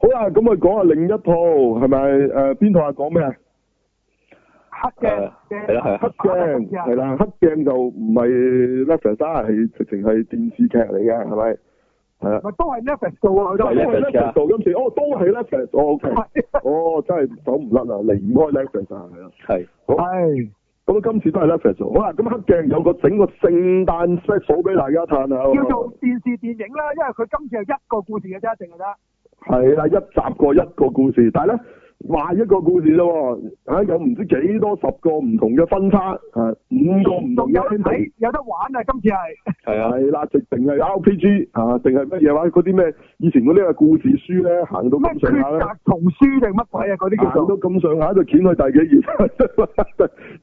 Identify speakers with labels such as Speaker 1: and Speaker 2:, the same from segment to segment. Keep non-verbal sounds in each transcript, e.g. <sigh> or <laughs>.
Speaker 1: 好啦，咁我講下另一套係咪？誒邊套啊？講咩啊？
Speaker 2: 黑
Speaker 3: 誒
Speaker 2: 嘅
Speaker 3: 係啦係啦
Speaker 1: 黑
Speaker 2: 啊
Speaker 1: 鏡係啦，黑鏡就唔係 Netflix 啦，係直情係電視劇嚟嘅，係咪？係啦。
Speaker 2: 咪都係 Netflix 做喎，佢都
Speaker 1: 都係啊
Speaker 3: 係 Netflix
Speaker 1: Netflix
Speaker 3: 㗎
Speaker 1: 做今次，哦都係 Netflix，哦 OK，
Speaker 2: 係
Speaker 1: 哦真係走唔甩啊，離唔開 Netflix 啊，係啦。
Speaker 3: 係
Speaker 2: 係
Speaker 1: 咁啊今次都係 Netflix 做，好啦，咁黑鏡有個整個聖誕 special 俾大家嘆下喎，
Speaker 2: 叫做電視電影啦，因為佢今次係一個故事嘅啫，淨係得。
Speaker 1: 係啦，一集過一個故事，但係咧話一個故事啫喎，啊有唔知幾多十個唔同嘅分叉，啊五個唔
Speaker 2: 仲
Speaker 1: 同
Speaker 2: 有
Speaker 1: 嘅
Speaker 2: 得
Speaker 1: ending
Speaker 2: 睇，有得玩啊！今次係
Speaker 3: 係啊，
Speaker 1: 係啦，哎直定係 RPG 啊，定係乜嘢話嗰啲咩以前嗰啲嘅啊故事書咧，行到
Speaker 2: 咩
Speaker 1: 咁上下
Speaker 2: 抉
Speaker 1: 咧。
Speaker 2: 擇叢書定乜鬼啊？嗰
Speaker 1: 行
Speaker 2: 啲叫做
Speaker 1: 到咁上下就掀去第幾頁，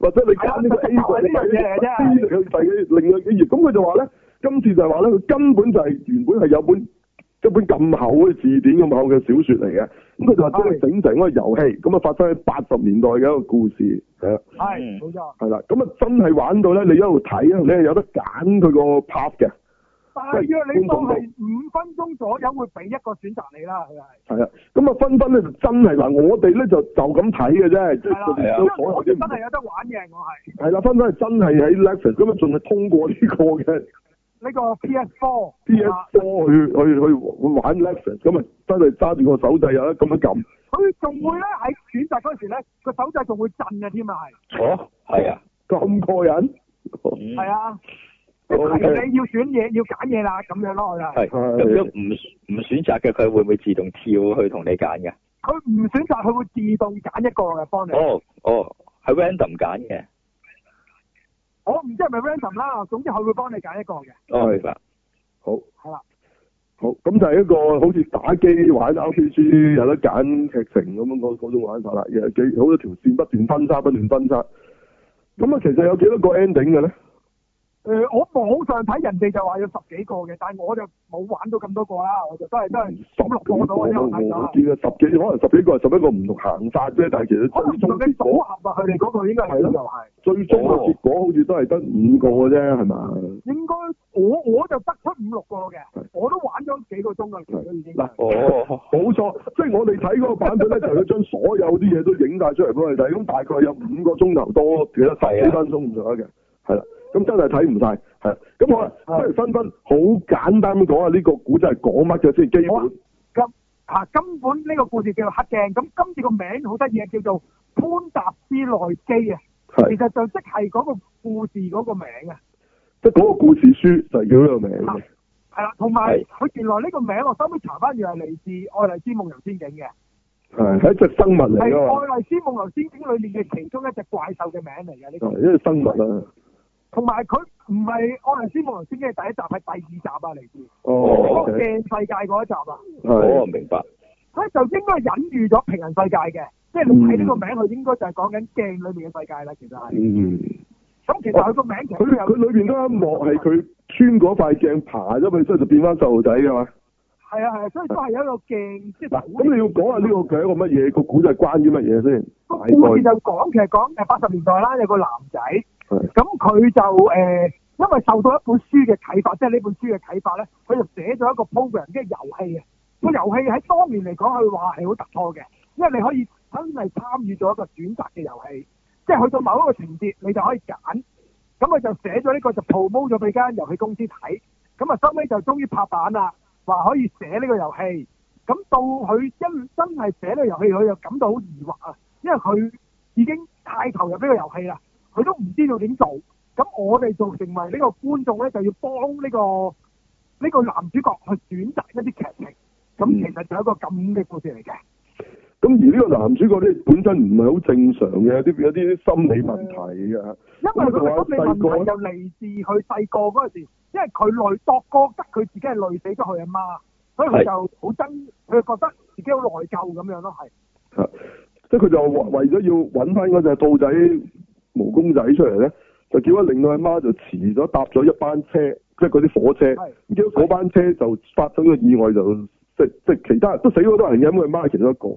Speaker 1: <laughs> 或者你揀呢個 A
Speaker 2: 係啊呢樣嘢真係
Speaker 1: 頁，B 就去第幾頁，另外幾頁。咁佢就話咧，今次就係話咧，佢根本就係原本係有本一本咁厚嘅字典咁厚嘅小説嚟嘅。咁佢就話將佢整成一個遊戲，咁啊發生喺八十年代嘅一個故事，係啊，
Speaker 2: 係冇錯，
Speaker 1: 係啦。咁啊真係玩到咧，你一路睇啊，你係有得揀佢個 part 嘅。
Speaker 2: 大約你當係五分鐘左右會俾一個選擇你啦，佢係。
Speaker 1: 係啊，咁啊分分咧就真係嗱，我哋咧就就咁睇嘅啫，即係
Speaker 3: 係啊
Speaker 2: 因為我
Speaker 1: 啲
Speaker 2: 哋真
Speaker 1: 唔
Speaker 2: 係有得玩嘅，我係
Speaker 1: 係啦，分分係真係喺 Lexus 咁樣盡力通過呢個嘅
Speaker 2: 呢個 PS Four。啊
Speaker 1: PS 多去去去玩 Lexus，咁啊真係揸住個手掣啊咁樣撳，
Speaker 2: 佢仲會咧喺選擇嗰時咧，個手掣仲會震嘅添啊，
Speaker 3: 哦，係啊，
Speaker 1: 咁過癮，
Speaker 2: 係
Speaker 3: 嗯
Speaker 2: 係啊，即
Speaker 1: OK
Speaker 2: 係你要選嘢，要揀嘢啦，咁樣咯，佢係。
Speaker 3: 係咁樣唔唔選擇嘅，佢會唔會自動跳去同你揀嘅？
Speaker 2: 佢唔選擇，佢會自動揀一個嘅幫你。
Speaker 3: 哦哦，係 random 揀嘅。
Speaker 2: 我唔知係咪 random 啦，總之佢會幫你揀一個嘅，
Speaker 3: 哦，明白。
Speaker 1: 好
Speaker 2: 係啦。
Speaker 1: 好咁就係一個好似打機玩 RPG 有得揀劇情咁樣嗰嗰種玩法啦，又係幾好多條線不斷分叉不斷分叉。咁啊，其實有幾多個 ending 嘅咧？
Speaker 2: 誒、呃我網上睇人哋就話有十幾個嘅，但係我就冇玩到咁多個啦，我就都係都係
Speaker 1: 十幾
Speaker 2: 五六
Speaker 1: 個
Speaker 2: 個到
Speaker 1: 我
Speaker 2: 嘅啫，我睇到。
Speaker 1: 見啊，十幾可能十幾個係十一個唔同行法啫，但係其實
Speaker 2: 可能唔
Speaker 1: 最終
Speaker 2: 同嘅
Speaker 1: 結
Speaker 2: 組
Speaker 1: 果
Speaker 2: 合啊，佢哋嗰個應該係
Speaker 1: 係咯
Speaker 2: 就係。
Speaker 1: 最終嘅結果好似都係得五個嘅啫，係嘛？
Speaker 2: 應該我我就得出五六個嘅，我都玩咗幾個鐘㗎啦，其實都已經。
Speaker 1: 嗱
Speaker 3: 哦，
Speaker 1: 冇錯，即係我哋睇嗰個版本咧，就要將所有啲嘢都影晒出嚟俾我哋睇，咁大概有五個鐘頭多，幾多十幾分鐘咁上下嘅，係啦，咁真係睇唔晒，係啦，咁好啦，不如分分好簡單咁講下呢個古仔係講乜嘅先，基
Speaker 2: 好啊
Speaker 1: 本
Speaker 2: 咁啊，根本呢個故事叫做黑鏡，咁今次個名好得意啊，叫做潘達斯內基啊，其
Speaker 1: 係
Speaker 2: 實就即係嗰個故事嗰個名啊，
Speaker 1: 即係嗰個故事書就係叫呢個名嘅，
Speaker 2: 係啦，同埋
Speaker 3: 係
Speaker 2: 佢原來呢個名我收尾查翻，原係嚟自《愛麗絲夢遊仙境》嘅，
Speaker 1: 係係一隻生物嚟㗎
Speaker 2: 係《
Speaker 1: 嘛，
Speaker 2: 愛麗絲夢遊仙境》裏面嘅其中一隻怪獸嘅名嚟嘅呢個，
Speaker 1: 係一隻生物啦，
Speaker 2: 同埋佢唔係《愛麗絲夢遊仙境》嘅第一集，係第二集啊嚟自
Speaker 1: 哦
Speaker 2: 嗰個
Speaker 1: ，OK，
Speaker 2: 鏡世界嗰一集啊。
Speaker 1: 係
Speaker 3: 哦，明白。
Speaker 2: 佢就應該隱喻咗平行世界嘅，即係你睇呢個名，佢應該就係講緊鏡裏面嘅世界啦。其實係，
Speaker 1: 嗯，
Speaker 2: 咁其實佢個名其實
Speaker 1: 佢
Speaker 2: 都有
Speaker 1: 佢裏邊都一幕係佢穿嗰塊鏡爬咗去，之後就變翻細路仔㗎嘛。
Speaker 2: 係啊係啊，所以都係有一個鏡，即係
Speaker 1: 嗱，咁你要講下呢個佢係一個乜嘢？個古仔關於乜嘢先？
Speaker 2: 個
Speaker 1: 大
Speaker 2: 故事就
Speaker 1: 概
Speaker 2: 講其實講誒八十年代啦，有個男仔，
Speaker 1: 係
Speaker 2: 咁佢就誒、呃因為受到一本書嘅啟發，即係呢本書嘅啟發咧，佢就寫咗一個 program 即係遊戲啊。個遊戲喺當年嚟講，佢話係好突破嘅，因為你可以真係參與咗一個選擇嘅遊戲，即係去到某一個情節，你就可以揀。咁佢就寫咗呢個就 promote 咗俾間遊戲公司睇，咁啊收尾就終於拍板啦，話可以寫呢個遊戲。咁到佢因真係寫呢個遊戲，佢就感到好疑惑啊，因為佢已經太投入呢個遊戲啦，佢都唔知道點做。咁我哋就成為呢個觀眾咧，就要幫呢、個呢、個男主角去選擇一啲劇情。咁
Speaker 1: 嗯
Speaker 2: 其實就係一個咁嘅故事嚟嘅。
Speaker 1: 咁而呢個男主角咧，本身唔係好正常嘅，有啲有啲心理問題嘅。
Speaker 2: 因為佢嘅心理問題就嚟自佢細個嗰陣時，因為佢累度覺得佢自己係累死咗佢阿媽，所以佢
Speaker 3: 係
Speaker 2: 就好憎，佢就覺得自己好內疚咁樣咯，係
Speaker 1: 嚇即係佢就為咗要揾翻嗰只兔仔毛公仔出嚟咧，就結果令到阿媽就遲咗搭咗一班車，即係嗰啲火車。
Speaker 2: 係
Speaker 1: 咁結果嗰班車就發生咗意外，就即即其他人都死咗好多人嘅，咁佢媽係其中一個。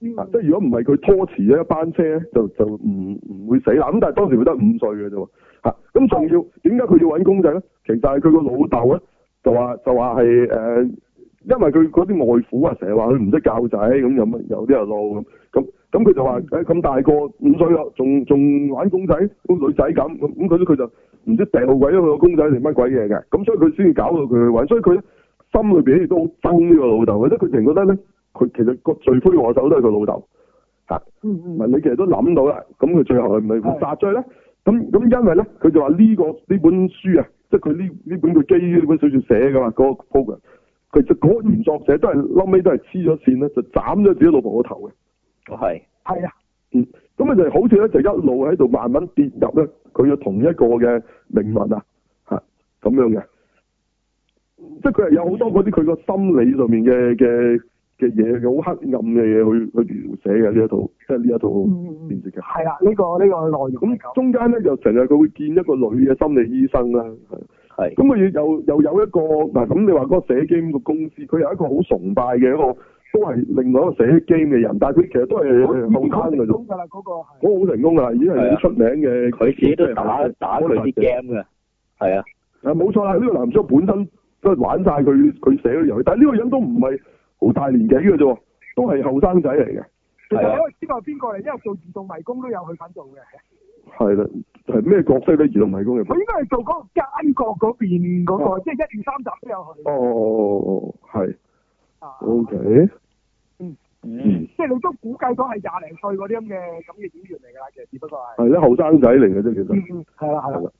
Speaker 2: 嗯
Speaker 1: 啊，即係如果唔係佢拖遲咗一班車咧，就就唔唔會死啦。咁但係當時佢得五歲嘅啫喎，嚇咁仲要點解佢要揾公仔咧？其實係佢個老豆咧就話就話係誒因為佢嗰啲外父啊，成日話佢唔識教仔，咁有乜有啲人路咁，咁咁佢就話誒咁大個五歲啦，仲仲玩公仔，好女仔咁，咁咁佢佢就唔知掉鬼咗佢個公仔定乜鬼嘢嘅，咁所以佢先至搞到佢去玩，所以佢心裏邊亦都好憎呢個老豆，即係佢成覺得咧，佢其實個罪魁禍首都係佢老豆，嚇。
Speaker 2: 嗯
Speaker 1: 唔
Speaker 2: 嗯
Speaker 1: 係，你其實都諗到啦。咁佢最後係咪會殺咗佢咧？咁咁因為咧，佢就話呢、個呢本書啊，即係佢呢呢本佢基於呢本小説寫噶嘛，嗰、個 program，佢就嗰原作者都係後尾都係黐咗線咧，就斬咗自己老婆個頭嘅。
Speaker 3: 我哦係
Speaker 2: 係啊，
Speaker 1: 嗯，咁佢就好似咧就一路喺度慢慢跌入咧佢嘅同一個嘅命運啊，嚇咁樣嘅，即係佢係有好多嗰啲佢個心理上面嘅嘅嘅嘢嘅好黑暗嘅嘢去去描寫嘅呢一套，即係呢一套
Speaker 2: 嗯嗯
Speaker 1: 電視劇。
Speaker 2: 係啦，呢個呢個內容嚟
Speaker 1: 咁
Speaker 2: 講，
Speaker 1: 中間咧又成日佢會見一個女嘅心理醫生啦，係
Speaker 3: 係
Speaker 1: 咁佢又又有一個嗱咁你話嗰個寫 game 個公司，佢有一個好崇拜嘅一個都係另外一個寫 game 嘅人，但係佢其實都係後生嘅啫，
Speaker 2: 咁㗎啦，嗰個係。
Speaker 1: 嗰個好成功啊，已經係好出名嘅，
Speaker 3: 佢自己都打打佢啲 game 嘅，係啊，
Speaker 1: 啊，冇錯啦！呢、個男主角本身都係玩晒佢佢寫嘅遊戲，但係呢個人都唔係好大年紀嘅啫喎，都係後生仔嚟嘅，
Speaker 2: 其實
Speaker 3: 係啊
Speaker 2: 你可以知道係邊個嚟，因為做移動迷宮都有佢份做嘅。
Speaker 1: 係啦，係咩角色咧？移動迷宮入
Speaker 2: 佢
Speaker 1: 邊？
Speaker 2: 應該係做嗰個奸角嗰邊嗰個，即係一二三集都有佢。
Speaker 1: 哦哦哦，係
Speaker 2: 啊
Speaker 1: ，OK，
Speaker 3: 嗯，
Speaker 2: 即係你都估計到係廿零歲嗰啲咁嘅咁嘅演員嚟㗎啦，其實只不過係。
Speaker 1: 係咧後生仔嚟嘅啫，其實。
Speaker 2: 嗯嗯，係啦係啦。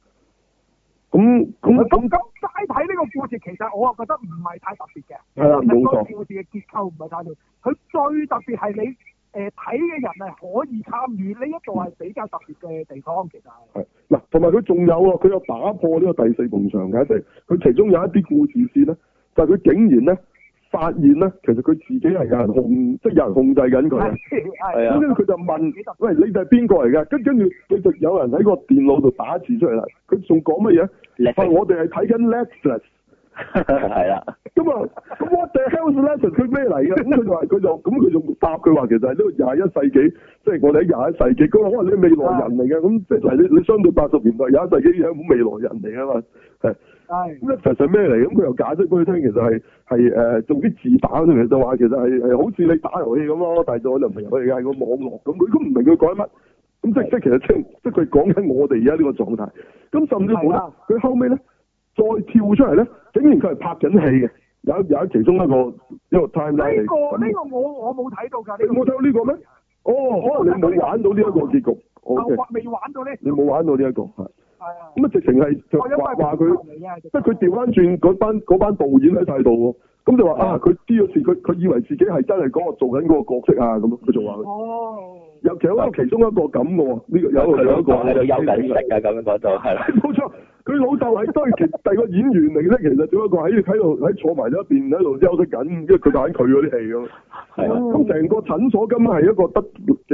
Speaker 1: 咁咁
Speaker 2: 咁
Speaker 1: 咁
Speaker 2: 咁齋睇呢個故事，其實我啊覺得唔係太特別嘅。
Speaker 1: 係啦，冇
Speaker 2: 個
Speaker 1: 錯，
Speaker 2: 故事嘅結構唔係太特別，佢最特別係你誒睇嘅人係可以參與，呢一度係比較特別嘅地方，其實係。
Speaker 1: 係嗱，同埋佢仲有啊，佢有打破呢個第四埲牆嘅，即係佢其中有一啲故事線咧，就係佢竟然咧發現咧，其實佢自己係有人控，即係有人控制緊佢嘅。
Speaker 3: 係
Speaker 1: 咁
Speaker 3: 啊
Speaker 2: 係
Speaker 1: 跟住佢就問：喂，你哋係邊個嚟㗎？跟跟住佢就有人喺個電腦度打字出嚟啦。佢仲講乜嘢？
Speaker 3: 叻
Speaker 1: 話我哋係睇緊 Netflix。
Speaker 3: 係啦，
Speaker 1: 咁啊，咁 what the hell is Netflix？佢咩嚟嘅？咁佢就話佢就咁佢就答佢話其實係呢個廿一世紀，即係我哋喺廿一世紀。佢話可能你係未來人嚟嘅，咁即係嗱你你相對八十年代廿一世紀係未來人嚟啊嘛，係。
Speaker 2: 係
Speaker 1: 咁 Netflix 係咩嚟？咁佢又解釋俾佢聽，其實係係誒做啲字打嗰陣，就話其實係係好似你打遊戲咁咯，但係就我就唔係遊戲嘅，係個網絡咁。佢都唔明佢講乜，咁即即其實即即佢講緊我哋而家呢個狀態。咁甚至乎
Speaker 2: 係
Speaker 1: 咧
Speaker 2: 啊，
Speaker 1: 佢後尾咧再跳出嚟咧，竟然佢係拍緊戲嘅，有有喺其中一個一個 time 拉
Speaker 2: 呢
Speaker 1: 嚟。
Speaker 2: 個呢
Speaker 1: 咁
Speaker 2: 個我我冇睇到㗎，
Speaker 1: 你
Speaker 2: 呢個
Speaker 1: 冇睇到呢個咩？哦，可能你冇玩到呢一個結局。O
Speaker 2: 啊
Speaker 1: K，
Speaker 2: 我未玩到呢，
Speaker 1: 你冇玩到呢一個，係
Speaker 2: 係啊，
Speaker 1: 咁啊，直情係就
Speaker 2: 我因為
Speaker 1: 話話佢。
Speaker 2: 嚟嘅，即
Speaker 1: 即係佢調翻轉嗰班嗰班導演喺晒度喎，咁就話啊，佢知咗事，佢佢以為自己係真係嗰個做緊嗰個角色啊，咁佢仲話佢
Speaker 2: 哦，
Speaker 1: 有其中其中一個咁嘅喎，呢、個有
Speaker 3: 佢
Speaker 1: 有
Speaker 3: 老
Speaker 1: 一個
Speaker 3: 豆喺度休緊息啊，咁樣講就係啦，
Speaker 1: <laughs> 冇錯，佢老豆係都係其第二個演員嚟嘅啫，其實只不過喺喺度喺坐埋咗一邊喺度休息緊，因為佢玩佢嗰啲戲咁。
Speaker 3: 係啊，
Speaker 1: 咁成個診所根本係一個得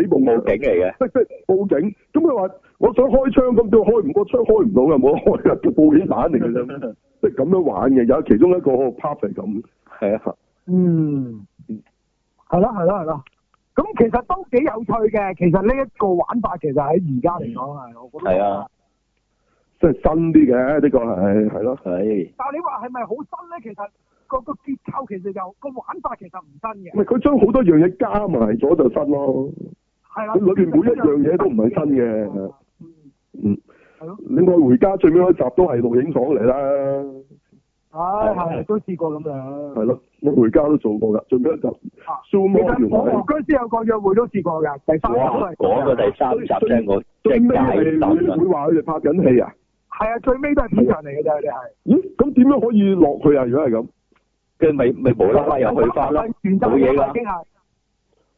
Speaker 1: 幾部
Speaker 3: 冇景嚟嘅，
Speaker 1: 即即報警，咁佢話我想開槍咁，都開唔個槍開唔到嘅，冇得開嘅，報警版嚟嘅 <laughs> 啫，即係咁樣玩嘅。有其中一個哦 part 係咁，
Speaker 3: 係啊，
Speaker 2: 嗯，係啦係啦係啦。咁其實都幾有趣嘅，其實呢一個玩法其實喺而家嚟講係，我覺得
Speaker 3: 係啊。
Speaker 1: 即係新啲嘅，呢個係係咯，
Speaker 3: 係
Speaker 2: 但係你話係咪好新咧？其實個個結構其實又個玩法其實唔新
Speaker 1: 唔係
Speaker 2: 嘅，
Speaker 1: 佢將好多樣嘢加埋咗就新咯。
Speaker 2: 係啦。
Speaker 1: 佢裏邊每一樣嘢都唔係新嘅係啊
Speaker 2: 嗯，
Speaker 1: 嗯，
Speaker 2: 係咯，
Speaker 1: 你愛回家最尾嗰集都係錄影廠嚟啦，
Speaker 2: 唉，
Speaker 1: 啊
Speaker 3: 係
Speaker 2: 係都試過咁樣。
Speaker 1: 係咯，我回家都做過㗎，最尾一集
Speaker 2: 啊
Speaker 1: Zoom
Speaker 2: 其
Speaker 1: Law
Speaker 2: 實
Speaker 1: 原
Speaker 2: 我
Speaker 1: 來
Speaker 2: 和僵屍有個約會都試過嘅，第三集都
Speaker 3: 哇
Speaker 2: 係，
Speaker 3: 嗰個第三集真係我即
Speaker 1: 最尾
Speaker 3: 係戒
Speaker 1: 係
Speaker 3: 心
Speaker 1: 會
Speaker 3: 啊，
Speaker 1: 會話佢哋拍緊戲啊？
Speaker 2: 係啊，最尾都係片場嚟嘅啫，佢哋係。
Speaker 1: 咦，咁點樣可以落去啊？如果係咁，
Speaker 3: 跟住咪咪無啦啦又去翻啦，
Speaker 2: 原則
Speaker 3: 冇嘢
Speaker 2: 已
Speaker 3: 㗎，
Speaker 2: 經係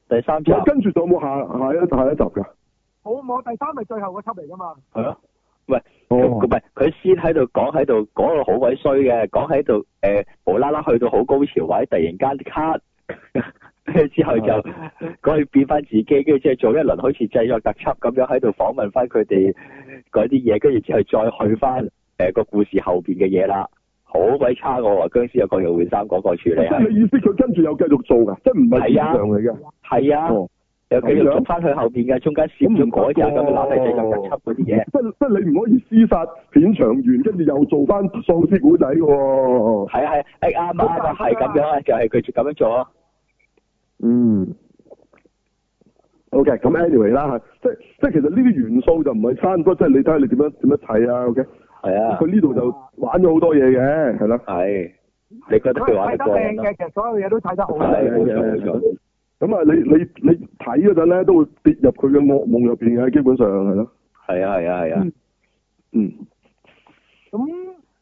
Speaker 3: 第三集啊係
Speaker 1: 跟住仲有冇下下一下一集㗎？
Speaker 2: 冇冇第三咪最後嗰輯嚟㗎嘛。
Speaker 3: 咯，喂。佢
Speaker 1: 哦
Speaker 3: 唔。係佢先喺度講喺度講到好鬼衰嘅，講喺度誒無啦啦去到好高潮位，突然間卡，之後就佢去變翻自己，跟住之後做一輪好似製作特輯咁樣喺度訪問翻佢哋嗰啲嘢，跟住之後再去翻誒個故事後邊嘅嘢啦，好鬼差我話僵屍有個樣換衫嗰個處
Speaker 1: 即
Speaker 3: 理啊
Speaker 1: 係
Speaker 3: 係
Speaker 1: 你意思佢跟住又繼續做㗎，即係唔係
Speaker 3: 係啊
Speaker 1: 正常嚟嘅。
Speaker 3: 係啊，
Speaker 1: 哦，
Speaker 3: 又繼續捉翻去後邊嘅，中間攝咗嗰日咁樣攬嚟整入緊輯嗰啲嘢。
Speaker 1: 即即係你唔可以廝殺片場完，跟住又做翻喪屍古仔嘅喎。
Speaker 3: 係啊係啊，誒啱啊啱啊，係咁樣啊，就係佢咁樣做啊。
Speaker 1: 嗯。O K，咁 anyway 啦嚇，即即係其實呢啲元素就唔係山谷，即係你睇下你點樣點樣睇啊。O K，
Speaker 3: 係啊
Speaker 1: 佢，呢度就玩咗好多嘢嘅，係啦。
Speaker 3: 係。你覺得佢玩
Speaker 2: 睇
Speaker 3: 得
Speaker 2: 得
Speaker 3: 過
Speaker 2: 靚
Speaker 3: 癮啊
Speaker 2: 嘅，其實所有嘢都睇得好
Speaker 3: 係啊
Speaker 2: 靚。
Speaker 3: 冇錯冇錯，
Speaker 1: 咁啊，你你你睇嗰陣咧，都會跌入佢嘅噩夢入邊嘅，基本上係咯。
Speaker 3: 係啊係啊係啊，
Speaker 1: 嗯。
Speaker 2: 咁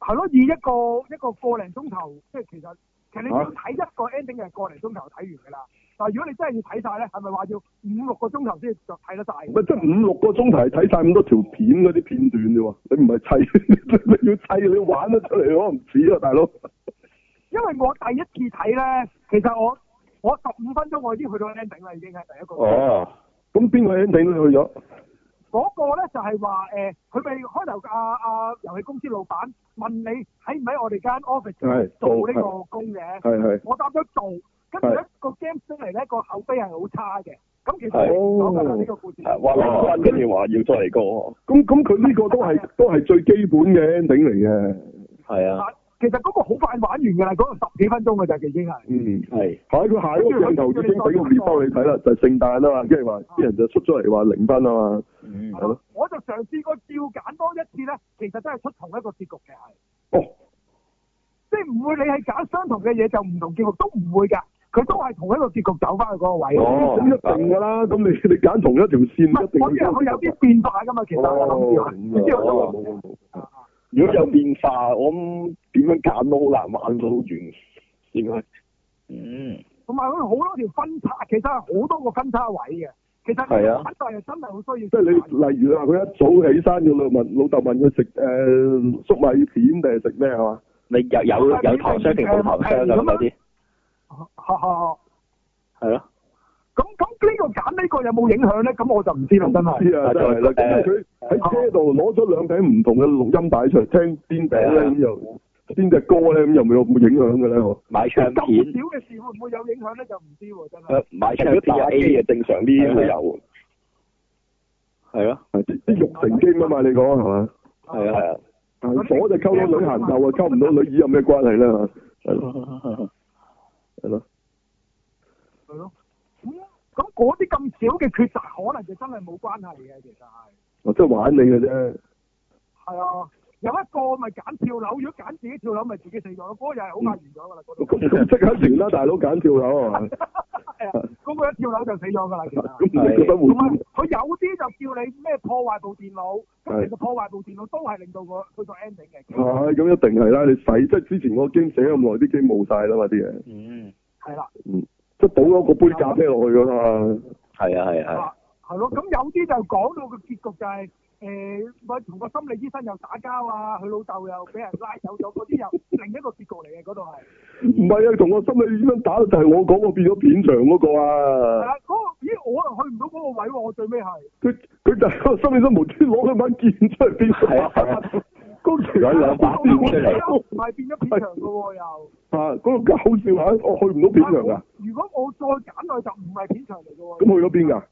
Speaker 2: 係咯，以一個一個個零鐘頭，即係其實其實你
Speaker 1: 啊
Speaker 2: 要睇一個 ending 係個零鐘頭睇完㗎啦。但係如果你真係要睇晒咧，係咪話要五六個鐘頭先就睇得晒？
Speaker 1: 咪即係五六個鐘頭係睇晒咁多條片嗰啲片段啫喎，你唔係砌， <laughs> 你要砌你玩得出嚟我唔止啊，大佬。
Speaker 2: 因為我第一次睇咧，其實我我十五分鐘我已經去到 ending 啦，已經係第一個。
Speaker 3: 哦，
Speaker 1: 咁邊個 ending 你去咗？
Speaker 2: 嗰個咧就係話誒，佢咪開頭阿阿遊戲公司老闆問你喺唔喺我哋間 office
Speaker 1: 係
Speaker 2: 做呢個工嘅？
Speaker 1: 係係。
Speaker 2: 我答咗做，跟住
Speaker 1: 係
Speaker 2: 咧個 game 出嚟咧個口碑係好差嘅。咁其實
Speaker 4: 係
Speaker 2: 講緊係呢個故事。
Speaker 4: 話落關跟住話要再嚟過，
Speaker 1: 咁咁佢呢個都係都係最基本嘅 ending 嚟嘅。
Speaker 3: 係啊，
Speaker 2: 但其實嗰個好快玩完㗎啦，嗰、個十幾分鐘㗎咋，已經係。
Speaker 1: 嗯。
Speaker 3: 係
Speaker 1: 係佢下一個鏡頭已經俾個 r e p 你睇啦，就係聖誕啊嘛，跟住
Speaker 2: 哦
Speaker 1: 話啲人就出咗嚟話零分啊嘛。
Speaker 3: 嗯
Speaker 1: 係咯
Speaker 2: 我就嘗試過照揀多一次咧，其實真係出同一個結局嘅係，
Speaker 1: 哦，
Speaker 2: 即係唔會你係揀相同嘅嘢就唔同結局都唔會㗎，佢都係同一個結局走翻去嗰個位。
Speaker 4: 哦
Speaker 1: 咁一定㗎啦，咁你你揀同一條線
Speaker 2: 唔係，
Speaker 1: 一定。
Speaker 2: 我以為佢有啲變化㗎嘛，其實我諗住
Speaker 1: 哦
Speaker 2: 係，
Speaker 1: 咁
Speaker 2: 唔知
Speaker 1: 啊冇
Speaker 2: 我
Speaker 1: 冇冇冇。
Speaker 4: 如果有變化，我諗點樣揀都好難玩到完，應該
Speaker 3: 嗯，
Speaker 2: 同埋佢好多條分叉，其實係好多個分叉位嘅。其實
Speaker 3: 係啊
Speaker 2: 分叉係真係好需要。
Speaker 1: 即係你例如話佢一早起身要老問老豆問佢食誒粟米片定係食咩啊係嘛？
Speaker 3: 你有有有糖霜定冇糖啊霜咁嗰啲，
Speaker 2: 哈哈哈
Speaker 3: 係咯。
Speaker 2: 咁咁呢個揀呢個有冇影響咧？咁我就唔知啦，真係。
Speaker 1: 知啊，真係啊啦。咁佢喺車度攞咗兩頂唔同嘅錄音帶出嚟聽邊頂咧，咁又邊隻歌咧，咁又會有冇影響嘅咧？我
Speaker 3: 買
Speaker 2: 咁
Speaker 3: 唱
Speaker 2: 少
Speaker 3: 片，
Speaker 2: 嘅事會唔會有影響咧？就唔知喎，真係。
Speaker 3: 誒買
Speaker 4: 如
Speaker 3: 唱片有
Speaker 4: 果打
Speaker 3: A 啊
Speaker 4: 機
Speaker 3: 嘅
Speaker 4: 嘅，正常啲會有，
Speaker 3: 係咯，
Speaker 1: 係啲啲肉成經啊嘛，你講係嘛？
Speaker 3: 係啊
Speaker 4: 係啊，
Speaker 1: 但係左就溝到女行右啊，溝唔到女耳有咩關係咧？係咯係咯，
Speaker 2: 係咯。咁咁嗰啲咁少嘅抉擇，可能就真係冇關係嘅，其實係。
Speaker 1: 我即係玩你嘅 <laughs> 啫。
Speaker 2: 係啊，有一個咪揀跳樓，如果揀自己跳樓，咪自己死咗咯。嗰個又係好快完咗㗎啦，嗰
Speaker 1: 咁
Speaker 2: 度。
Speaker 1: 咁即刻完啦，大佬揀跳樓係嘛？
Speaker 2: 係啊，嗰個一跳樓就死咗㗎啦，其實。
Speaker 1: 咁你覺得會
Speaker 2: 同埋佢有啲就叫你咩破壞部電腦，咁
Speaker 1: 係
Speaker 2: 其實破壞部電腦都係令到個佢個 ending 嘅，
Speaker 1: 係咁一定係啦？你使即係之前我 game 寫咁耐，啲 game 冇晒啦嘛啲嘢。
Speaker 3: <laughs> 嗯，
Speaker 2: 係啦，
Speaker 1: 即係倒咗個杯咖啡落去㗎嘛。
Speaker 3: 係啊係啊
Speaker 2: 啊係咯，咁有啲就講到個結局就係、誒，咪同個心理醫生又打交啊，佢老豆又俾人拉走咗，嗰啲又 <laughs> 另一個結局嚟嘅，嗰度係
Speaker 1: 唔係啊，同我心理醫生打就係我講我變咗片場嗰個
Speaker 2: 係
Speaker 1: 啊。
Speaker 2: 啦，嗰、個咦我又去唔到嗰個位喎，我最尾係
Speaker 1: 佢佢就係個心理醫生無端攞兩把劍出嚟變
Speaker 3: 係啊係
Speaker 1: 咗
Speaker 3: 啊。
Speaker 1: 嗰條
Speaker 3: 有兩把劍出嚟
Speaker 2: 唔係變咗片場嘅喎又，
Speaker 1: 啊！嗰個搞笑啊！我去唔到 <laughs> 片場㗎，嗯
Speaker 2: 如果我再揀落去就唔係片場嚟嘅喎
Speaker 1: 咁。去咗邊㗎？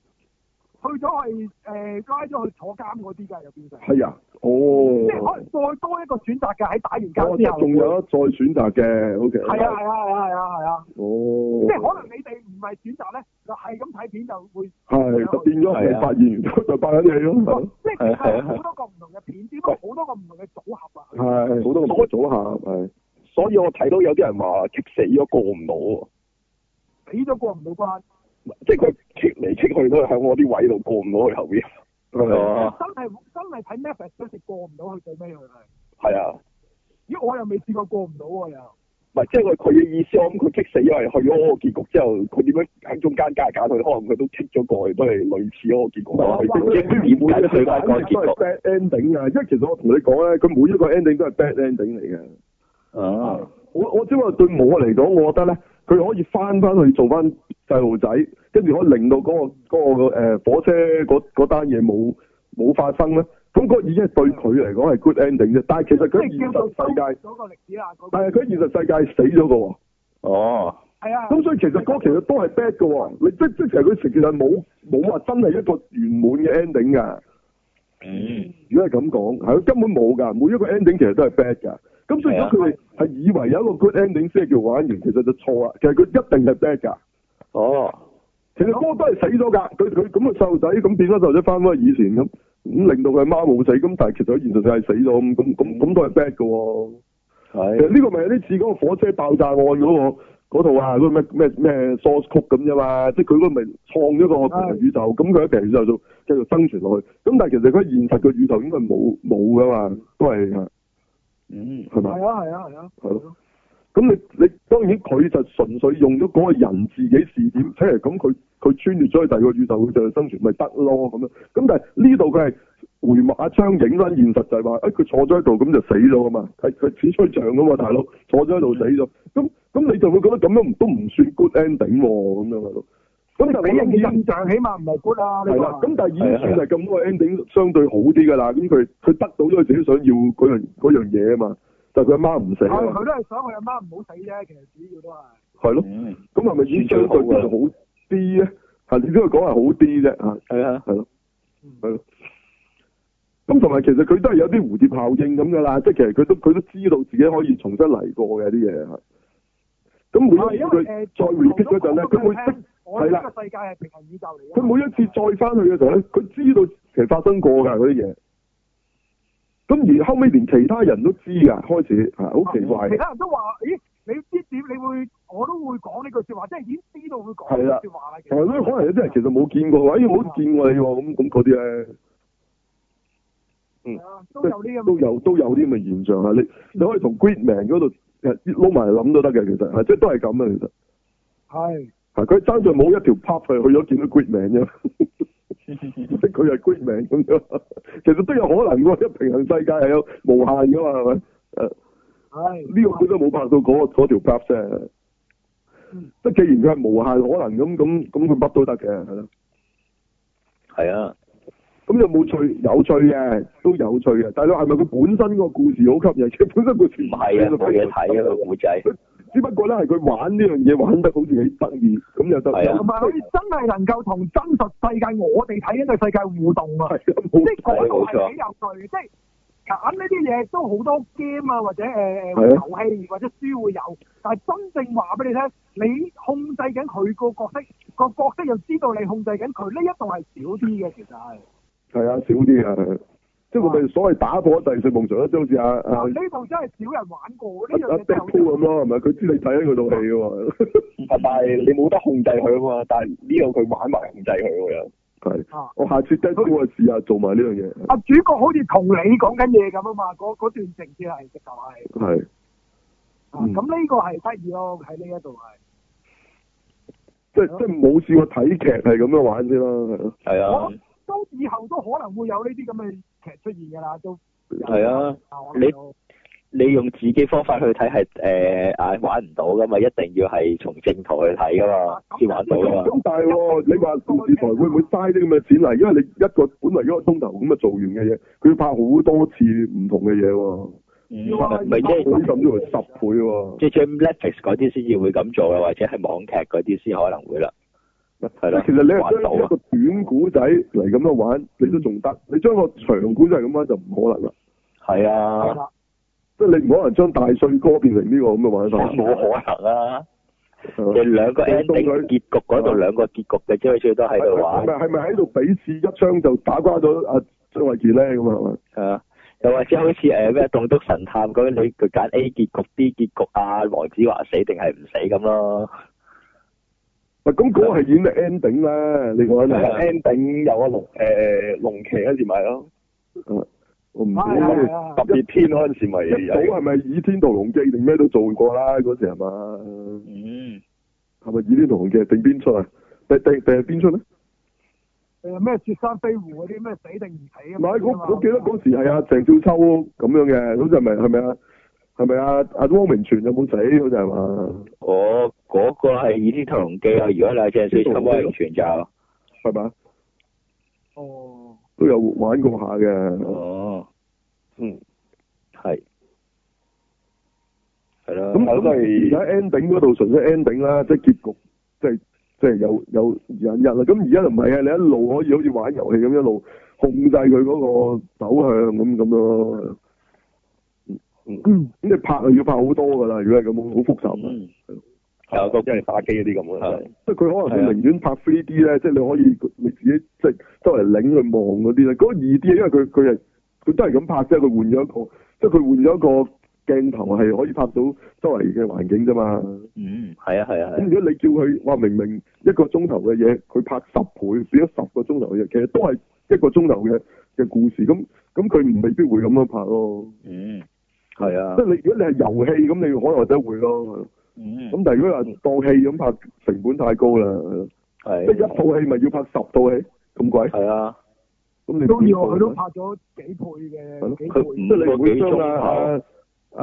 Speaker 2: 去咗係誒拉咗去坐監嗰啲㗎，又變成，
Speaker 1: 係啊，
Speaker 2: 即係可
Speaker 1: 哦
Speaker 2: 能，再多一個選擇嘅喺打完
Speaker 1: 我哦
Speaker 2: 交
Speaker 1: 即
Speaker 2: 之
Speaker 1: 係
Speaker 2: 後，
Speaker 1: 仲有得再選擇嘅，OK。
Speaker 2: 係啊，係啊係啊係啊係啊，
Speaker 1: 哦
Speaker 2: 即，係可能你哋唔係選擇咧，就係咁睇片就會，
Speaker 1: 係就變咗
Speaker 3: 係
Speaker 1: 係
Speaker 3: 啊
Speaker 1: 發現完之後就拍緊戲咯，
Speaker 2: 即係其實有好多個唔同嘅片，只不過好多個唔同嘅組合啊。
Speaker 1: 係好多個組合係。
Speaker 4: 所以我睇到有啲人話棘死咗過唔到喎。
Speaker 2: 俾咗過唔到關，
Speaker 4: 即係佢棘嚟棘去都係喺我啲位度過唔到去後邊。
Speaker 3: 係
Speaker 1: 係
Speaker 3: 啊，
Speaker 2: 真係真係睇 Netflix 都食過唔到去最尾佢係，
Speaker 4: 係啊，
Speaker 2: 咦我又未試過過唔到喎又，
Speaker 4: 唔係即係佢佢嘅意思，我諗佢棘死，因為去咗嗰個結局之後，佢點樣喺中間揀嚟揀去，可能佢都棘咗過去，都係類似嗰個結果啦。
Speaker 3: 我
Speaker 4: 佢
Speaker 3: 唔知點
Speaker 1: 每
Speaker 3: 解
Speaker 1: 一
Speaker 3: 佢嗰個結
Speaker 1: 都係
Speaker 3: 局，
Speaker 1: bad ending 啊！因為其實我同你講咧，佢每一個 ending 都係 bad ending 嚟嘅。
Speaker 3: 啊，
Speaker 1: 我我只不過對我嚟講，我覺得咧，佢可以翻翻去做翻細路仔，跟住可以令到嗰、個嗰、個呃火車嗰嗰單嘢冇冇發生咧。咁嗰已經係對佢嚟講係 good ending 啫。但係其實佢喺現
Speaker 2: 即係叫做
Speaker 1: 實世界，
Speaker 2: 啊
Speaker 1: 啊
Speaker 2: 嗰個歷史啦嗰個
Speaker 1: 但係佢喺現實世界死咗嘅喎。
Speaker 3: 哦，
Speaker 2: 係啊，
Speaker 1: 咁所以其實嗰個其實都係 bad 嘅喎，你即即其實佢其實冇冇話真係一個圓滿嘅 ending 㗎。
Speaker 3: 嗯，
Speaker 1: 如果係咁講，係佢根本冇㗎，每一個 ending 其實都係 bad 㗎。咁所以如果佢哋係以為有一個 good ending 先係叫玩完，其實就錯啊啦。其實佢一定係 bad 㗎。
Speaker 3: 哦，
Speaker 1: 其實嗰個都係死咗㗎，佢佢咁個細路仔咁變咗細路仔翻返去以前咁，咁令到佢媽冇死，咁但係其實佢現實就係死咗，咁咁咁咁都係 bad 㗎喎。其實
Speaker 3: 係，
Speaker 1: 啊呢個咪有啲似嗰個火車爆炸案嗰、個嗰套啊，嗰個咩咩咩 source code 咁啫嘛，即係佢嗰個咪創咗個平行宇宙，咁佢喺平行宇宙度繼續生存落去。咁但係其實佢喺現實個宇宙應該係冇冇噶嘛，都係係
Speaker 3: 嗯，
Speaker 1: 係咪？
Speaker 2: 係啊，係啊，係啊，
Speaker 1: 係咯。咁你你當然佢就純粹用咗嗰個人自己視點，即係咁佢佢穿越咗去第二個宇宙，佢就生存咪得咯咁樣。咁但係呢度佢係回馬槍影翻現實就係話，誒、佢坐咗喺度咁就死咗噶嘛，係佢似吹像噶嘛，大佬坐咗喺度死咗。咁咁你就會覺得咁樣唔都唔算 good ending 喎，咁樣喺度。咁但係
Speaker 2: 俾人嘅
Speaker 1: 已經
Speaker 2: 印象起碼唔係 good 啦，
Speaker 1: 係
Speaker 2: 你
Speaker 1: 啦，
Speaker 2: 話
Speaker 1: 咁但係已經算係咁多個 ending 相對好啲㗎啦。咁佢佢得到咗佢自己想要嗰樣嗰樣嘢啊嘛，就係佢阿媽唔死啊
Speaker 2: 係
Speaker 1: 嘛
Speaker 2: 佢，都係想佢阿媽唔好死啫，其實主要都係。
Speaker 1: 係咯。
Speaker 3: 嗯，
Speaker 1: 咁係咪已經相對叫做好啲咧？嚇，你都係講係好啲啫嚇，
Speaker 3: 係啊，
Speaker 1: 係咯，係咯。咁同埋其實佢都係有啲蝴蝶效應咁噶啦，即係其實佢都佢都知道自己可以重新嚟過嘅啲嘢係。咁
Speaker 2: 唔係
Speaker 1: 每一次
Speaker 2: 啊因為
Speaker 1: 佢
Speaker 2: 呃誒，
Speaker 1: 再 repeat 嗰陣咧，佢每一
Speaker 2: 我呢個世界係平行宇宙嚟
Speaker 1: 佢
Speaker 2: 嘅。
Speaker 1: 每一次再翻去嘅時候咧，佢知道其實發生過㗎嗰啲嘢。咁而後尾連其他人都知㗎，開始嚇好奇怪
Speaker 2: 其。他人都話：咦，你知點？你會我都會講呢句説話，即係已經知道會講呢句説話啦。其
Speaker 1: 係咯，可能有啲人其實冇見過，話咦冇見過你喎，咁咁嗰啲咧。
Speaker 2: 係啊都有呢咁
Speaker 1: 都有都有啲咁嘅現象啊！你你可以同 Great Man 嗰度誒撈埋諗都得嘅，其實係即係都係咁啊！其實
Speaker 2: 係
Speaker 1: 係佢爭在冇一條 pop 係去咗見到 Great Man 啫，即係佢係 Great Man 咁樣，其實都有可能喎，因為平行世界係有無限噶嘛，係咪？誒
Speaker 2: 係
Speaker 1: 呢個佢都冇拍到嗰個嗰條 pop 啫
Speaker 2: 嗯。
Speaker 1: 即係既然佢係無限可能咁咁咁，佢乜都得嘅，係咯。
Speaker 3: 係啊，
Speaker 1: 咁有冇趣有趣嘅，都有趣嘅。但係你話係咪佢本身個故事好吸引？其實本身故事
Speaker 3: 唔係啊，冇嘢睇啊個古仔，
Speaker 1: 只不過咧係佢玩呢樣嘢玩得好似幾得意，咁又得
Speaker 3: 係啊
Speaker 2: 同埋好似真係能夠同真實世界我哋睇呢個世界互動啊！
Speaker 1: 係啊
Speaker 2: 即
Speaker 1: 冇
Speaker 2: 係嗰度
Speaker 3: 冇錯
Speaker 2: 係幾有趣嘅，即係揀呢啲嘢都好多 game 啊，或者誒
Speaker 1: 係
Speaker 2: 誒遊戲或者書會有，但係真正話俾你聽，你控制緊佢個角色，個角色又知道你控制緊佢，呢一度係少啲嘅，其實係。
Speaker 1: 係啊少啲啊，即係我哋所謂打破第四夢想咧，即係好似阿阿
Speaker 2: 嗱呢度真係少人玩過，呢
Speaker 1: 阿
Speaker 2: 樣
Speaker 1: 阿
Speaker 2: 嘢
Speaker 1: d
Speaker 2: 真
Speaker 1: e
Speaker 2: 係好
Speaker 1: p o 咁咯，係咪？佢知你睇緊佢套戲嘅喎， <laughs>
Speaker 4: 但係你冇得控制佢啊嘛，但係呢個佢玩埋控制佢喎又。
Speaker 1: 係
Speaker 2: 啊。
Speaker 1: 我下次 d e p o 啊試下做埋呢樣嘢，
Speaker 2: 啊主角好似同你講緊嘢咁啊嘛，嗰嗰段情節係直頭係，
Speaker 1: 係
Speaker 2: 啊
Speaker 1: 嗯
Speaker 2: 咁呢個係得意咯，喺呢一度係。
Speaker 1: 即係即係冇試過睇劇係咁樣玩先啦，係咯。
Speaker 3: 係
Speaker 2: 我
Speaker 3: 啊，
Speaker 2: 都以後都可能會有呢啲咁嘅劇出現㗎啦，都
Speaker 3: 係啊。
Speaker 2: 我
Speaker 3: 你
Speaker 2: 諗到
Speaker 3: 你用自己方法去睇係誒啊玩唔到噶嘛，一定要係從正途去睇噶嘛，先玩到噶嘛。
Speaker 1: 咁但係喎，你話電視台會唔會嘥啲咁嘅錢嚟？因為你一個本嚟一個鐘頭咁啊做完嘅嘢，佢要拍好多次唔同嘅嘢喎，
Speaker 3: 嗯
Speaker 2: 要啊
Speaker 3: 唔係即
Speaker 1: 佢
Speaker 3: 係
Speaker 1: 咁都係十倍喎。
Speaker 3: 即係最 Netflix 嗰啲先至會咁做啦，或者係網劇嗰啲先可能會啦。係啦
Speaker 1: 其實你係
Speaker 3: 玩到
Speaker 1: 將
Speaker 3: 啊
Speaker 1: 一個短古仔嚟咁樣玩，你都仲得；你將個長古仔咁玩就唔可能啦。
Speaker 3: 係
Speaker 2: 係
Speaker 3: 啊，
Speaker 2: 啦，
Speaker 1: 即係你唔可能將大帥哥變成呢個咁嘅玩法。
Speaker 3: 冇可能啊！
Speaker 1: 係
Speaker 3: 你啊
Speaker 1: 咪
Speaker 3: 兩個
Speaker 1: 令到佢
Speaker 3: ending 結局嗰度兩個結局嘅啫，最多喺度
Speaker 1: 係
Speaker 3: 玩
Speaker 1: 咪係咪喺度比試一槍就打瓜咗阿張衛健咧？咁啊係咪？
Speaker 3: 啊。又或者好似誒咩《棟篤神探》咁樣，你佢揀 A 結局、B 結局啊，黃子華死定係唔死咁咯。
Speaker 1: 喂，咁嗰個係演嘅 ending 啦，你講
Speaker 3: 係
Speaker 1: 係
Speaker 3: 啊
Speaker 1: 咪？
Speaker 4: ending 有個龍誒龍騎嗰時咪咯，
Speaker 1: 嗯
Speaker 3: 啊
Speaker 1: 我唔
Speaker 2: 係係
Speaker 1: 知。
Speaker 2: 啊
Speaker 4: 特別天嗰陣時咪
Speaker 1: 一早係咪《倚天屠龍記》定咩都做過啦？嗰時係嘛？
Speaker 3: 嗯，
Speaker 1: 係咪《倚天屠龍記》定邊出啊？定定定係邊出咧？
Speaker 2: 誒哎咩雪山飛狐嗰啲咩死定唔死啊
Speaker 1: 唔
Speaker 2: 嘛？
Speaker 1: 係，我我記得嗰時係阿鄭少秋咁樣嘅，好似係咪係咪啊？係咪啊？阿汪明荃有冇死？好似係嘛？
Speaker 3: 我嗰個係《倚天屠龍記》啊，如果你係鄭少秋威龍傳就，
Speaker 1: 係嘛？
Speaker 2: 哦，
Speaker 1: 都有玩過下嘅。
Speaker 3: 哦，
Speaker 4: 嗯
Speaker 3: 係，係咯。
Speaker 1: 咁
Speaker 4: 我
Speaker 1: 咁
Speaker 4: 都係
Speaker 1: 而家 ending 嗰度純粹 ending 啦，即係結局，即係即係有有人日啦。咁而家就唔係啊，你一路可以好似玩遊戲咁一路控制佢嗰個走向咁咁咯。
Speaker 2: 嗯，
Speaker 1: 咁你拍就要拍好多噶啦，如果係咁好複雜啊。
Speaker 3: 嗯有個
Speaker 4: 即係打機嗰啲咁啊，
Speaker 3: 係
Speaker 1: 即係佢可能
Speaker 3: 係啊
Speaker 1: 佢寧願拍 3D 咧，即係你可以你自己即係周圍擰去望嗰啲咧。嗰個 2D 因為佢佢係佢都係咁拍啫，佢換咗一個，即係佢換咗一個鏡頭係可以拍到周圍嘅環境啫嘛。
Speaker 3: 嗯，係啊，係啊，
Speaker 1: 咁
Speaker 3: 係啊
Speaker 1: 如果你叫佢話明明一個鐘頭嘅嘢，佢拍十倍變咗十個鐘頭嘅嘢，其實都係一個鐘頭嘅嘅故事。咁咁佢唔未必會咁樣拍咯。
Speaker 3: 嗯，係啊
Speaker 1: 即，係你如果你係遊戲咁，你可能或者會咯。
Speaker 3: 嗯，
Speaker 1: 咁但係如果話當戲咁拍，成本太高啦。
Speaker 3: 係，
Speaker 1: 即係一套戲咪要拍十套戲咁貴？
Speaker 3: 係啊，
Speaker 1: 咁你
Speaker 2: 都要佢
Speaker 1: 去
Speaker 2: 都拍咗幾倍嘅，幾
Speaker 3: 佢
Speaker 1: 即係
Speaker 2: 倍。
Speaker 1: 你唔會
Speaker 3: 五個
Speaker 1: 將
Speaker 3: 幾鐘
Speaker 1: 啊啊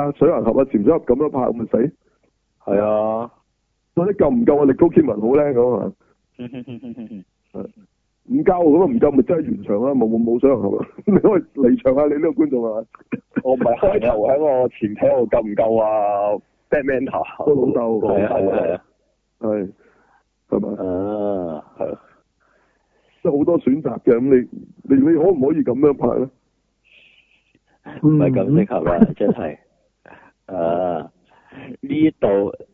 Speaker 1: 啊水銀盒啊潛水盒咁樣拍咁咪死？
Speaker 3: 係啊，
Speaker 1: 或者夠唔夠啊？力高天文好咧咁啊？唔夠咁啊？唔夠咪真係完場啦！冇冇冇水銀盒啊！ <laughs> 你可以離場啊！你呢個觀眾係嘛？
Speaker 4: 我唔係開頭喺我前艇度夠唔夠啊？Batman 頭
Speaker 1: 個老豆
Speaker 4: 係
Speaker 3: 係啊，係啊，
Speaker 1: 係係咪？
Speaker 3: 啊，係啊，
Speaker 1: 即係好多選擇嘅咁，你你你可唔可以咁樣拍咧？嗯
Speaker 3: 唔係咁適合啊，
Speaker 1: <laughs>
Speaker 3: 真係，啊，呢度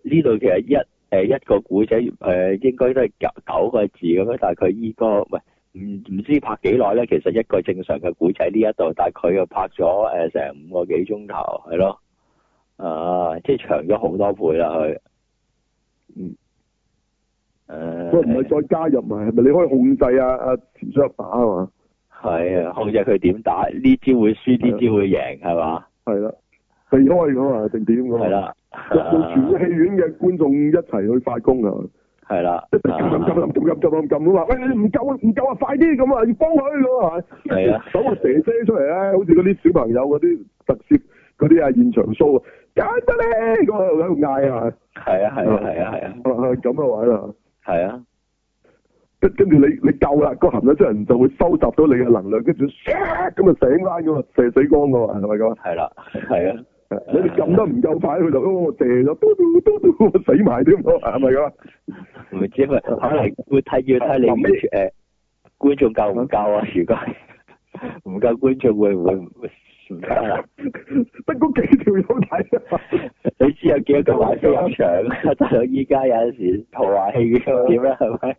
Speaker 3: 呢度其實一誒一個古仔誒應該都係九九個字咁樣，但係佢依個喂唔唔知拍幾耐咧，其實一個正常嘅古仔呢一度，但係佢又拍咗誒呃成五個幾鐘頭，係咯，啊，即係長咗好多倍啦佢，
Speaker 1: 嗯，
Speaker 3: 誒，啊
Speaker 1: 佢唔
Speaker 3: 呃
Speaker 1: 係再加入埋，係咪你可以控制啊啊潛水盒打係嘛？
Speaker 3: 係啊，控制佢點打，呢招會輸，呢招會贏，係嘛？
Speaker 1: 係啦，避開咁啊定點咁啊？
Speaker 3: 係啦，
Speaker 1: 入到全個戲院嘅觀眾一齊去發功啊！
Speaker 3: 係 <laughs> 啦，
Speaker 1: 一齊撳撳撳撳撳撳撳撳啊！喂，你唔夠啊，唔夠啊，快啲咁啊，要幫佢咁啊！ <laughs>
Speaker 3: 係啊
Speaker 1: 手個姐姐出嚟咧，好似嗰啲小朋友嗰啲特攝嗰啲啊現場 show 啊，揀得咧咁啊喺度嗌啊，
Speaker 3: 係啊，係啊，係啊，係啊，
Speaker 1: 啊咁啊玩啊！
Speaker 3: 係啊，
Speaker 1: 跟跟住你你夠啦，個含咗出人就會收集到你嘅能量，跟住 <laughs> 唰咁啊醒翻噶嘛，射死光噶嘛，係咪咁啊？
Speaker 3: 係啦，係啊，
Speaker 1: 你哋撳得唔夠快，佢就哦射咗，嘟嘟嘟嘟 <laughs> 死埋添喎，係咪咁啊？
Speaker 3: 唔知咪可能會睇要睇你誒觀眾夠唔夠啊？如果係唔夠觀眾會唔會唔得啊？
Speaker 1: 得嗰幾條友睇
Speaker 4: <laughs>
Speaker 1: 啊！
Speaker 3: <laughs> 你知有幾多個買飛入場啊？ <laughs> 大佬依家有陣時豪華戲 <laughs> 院點咧係咪？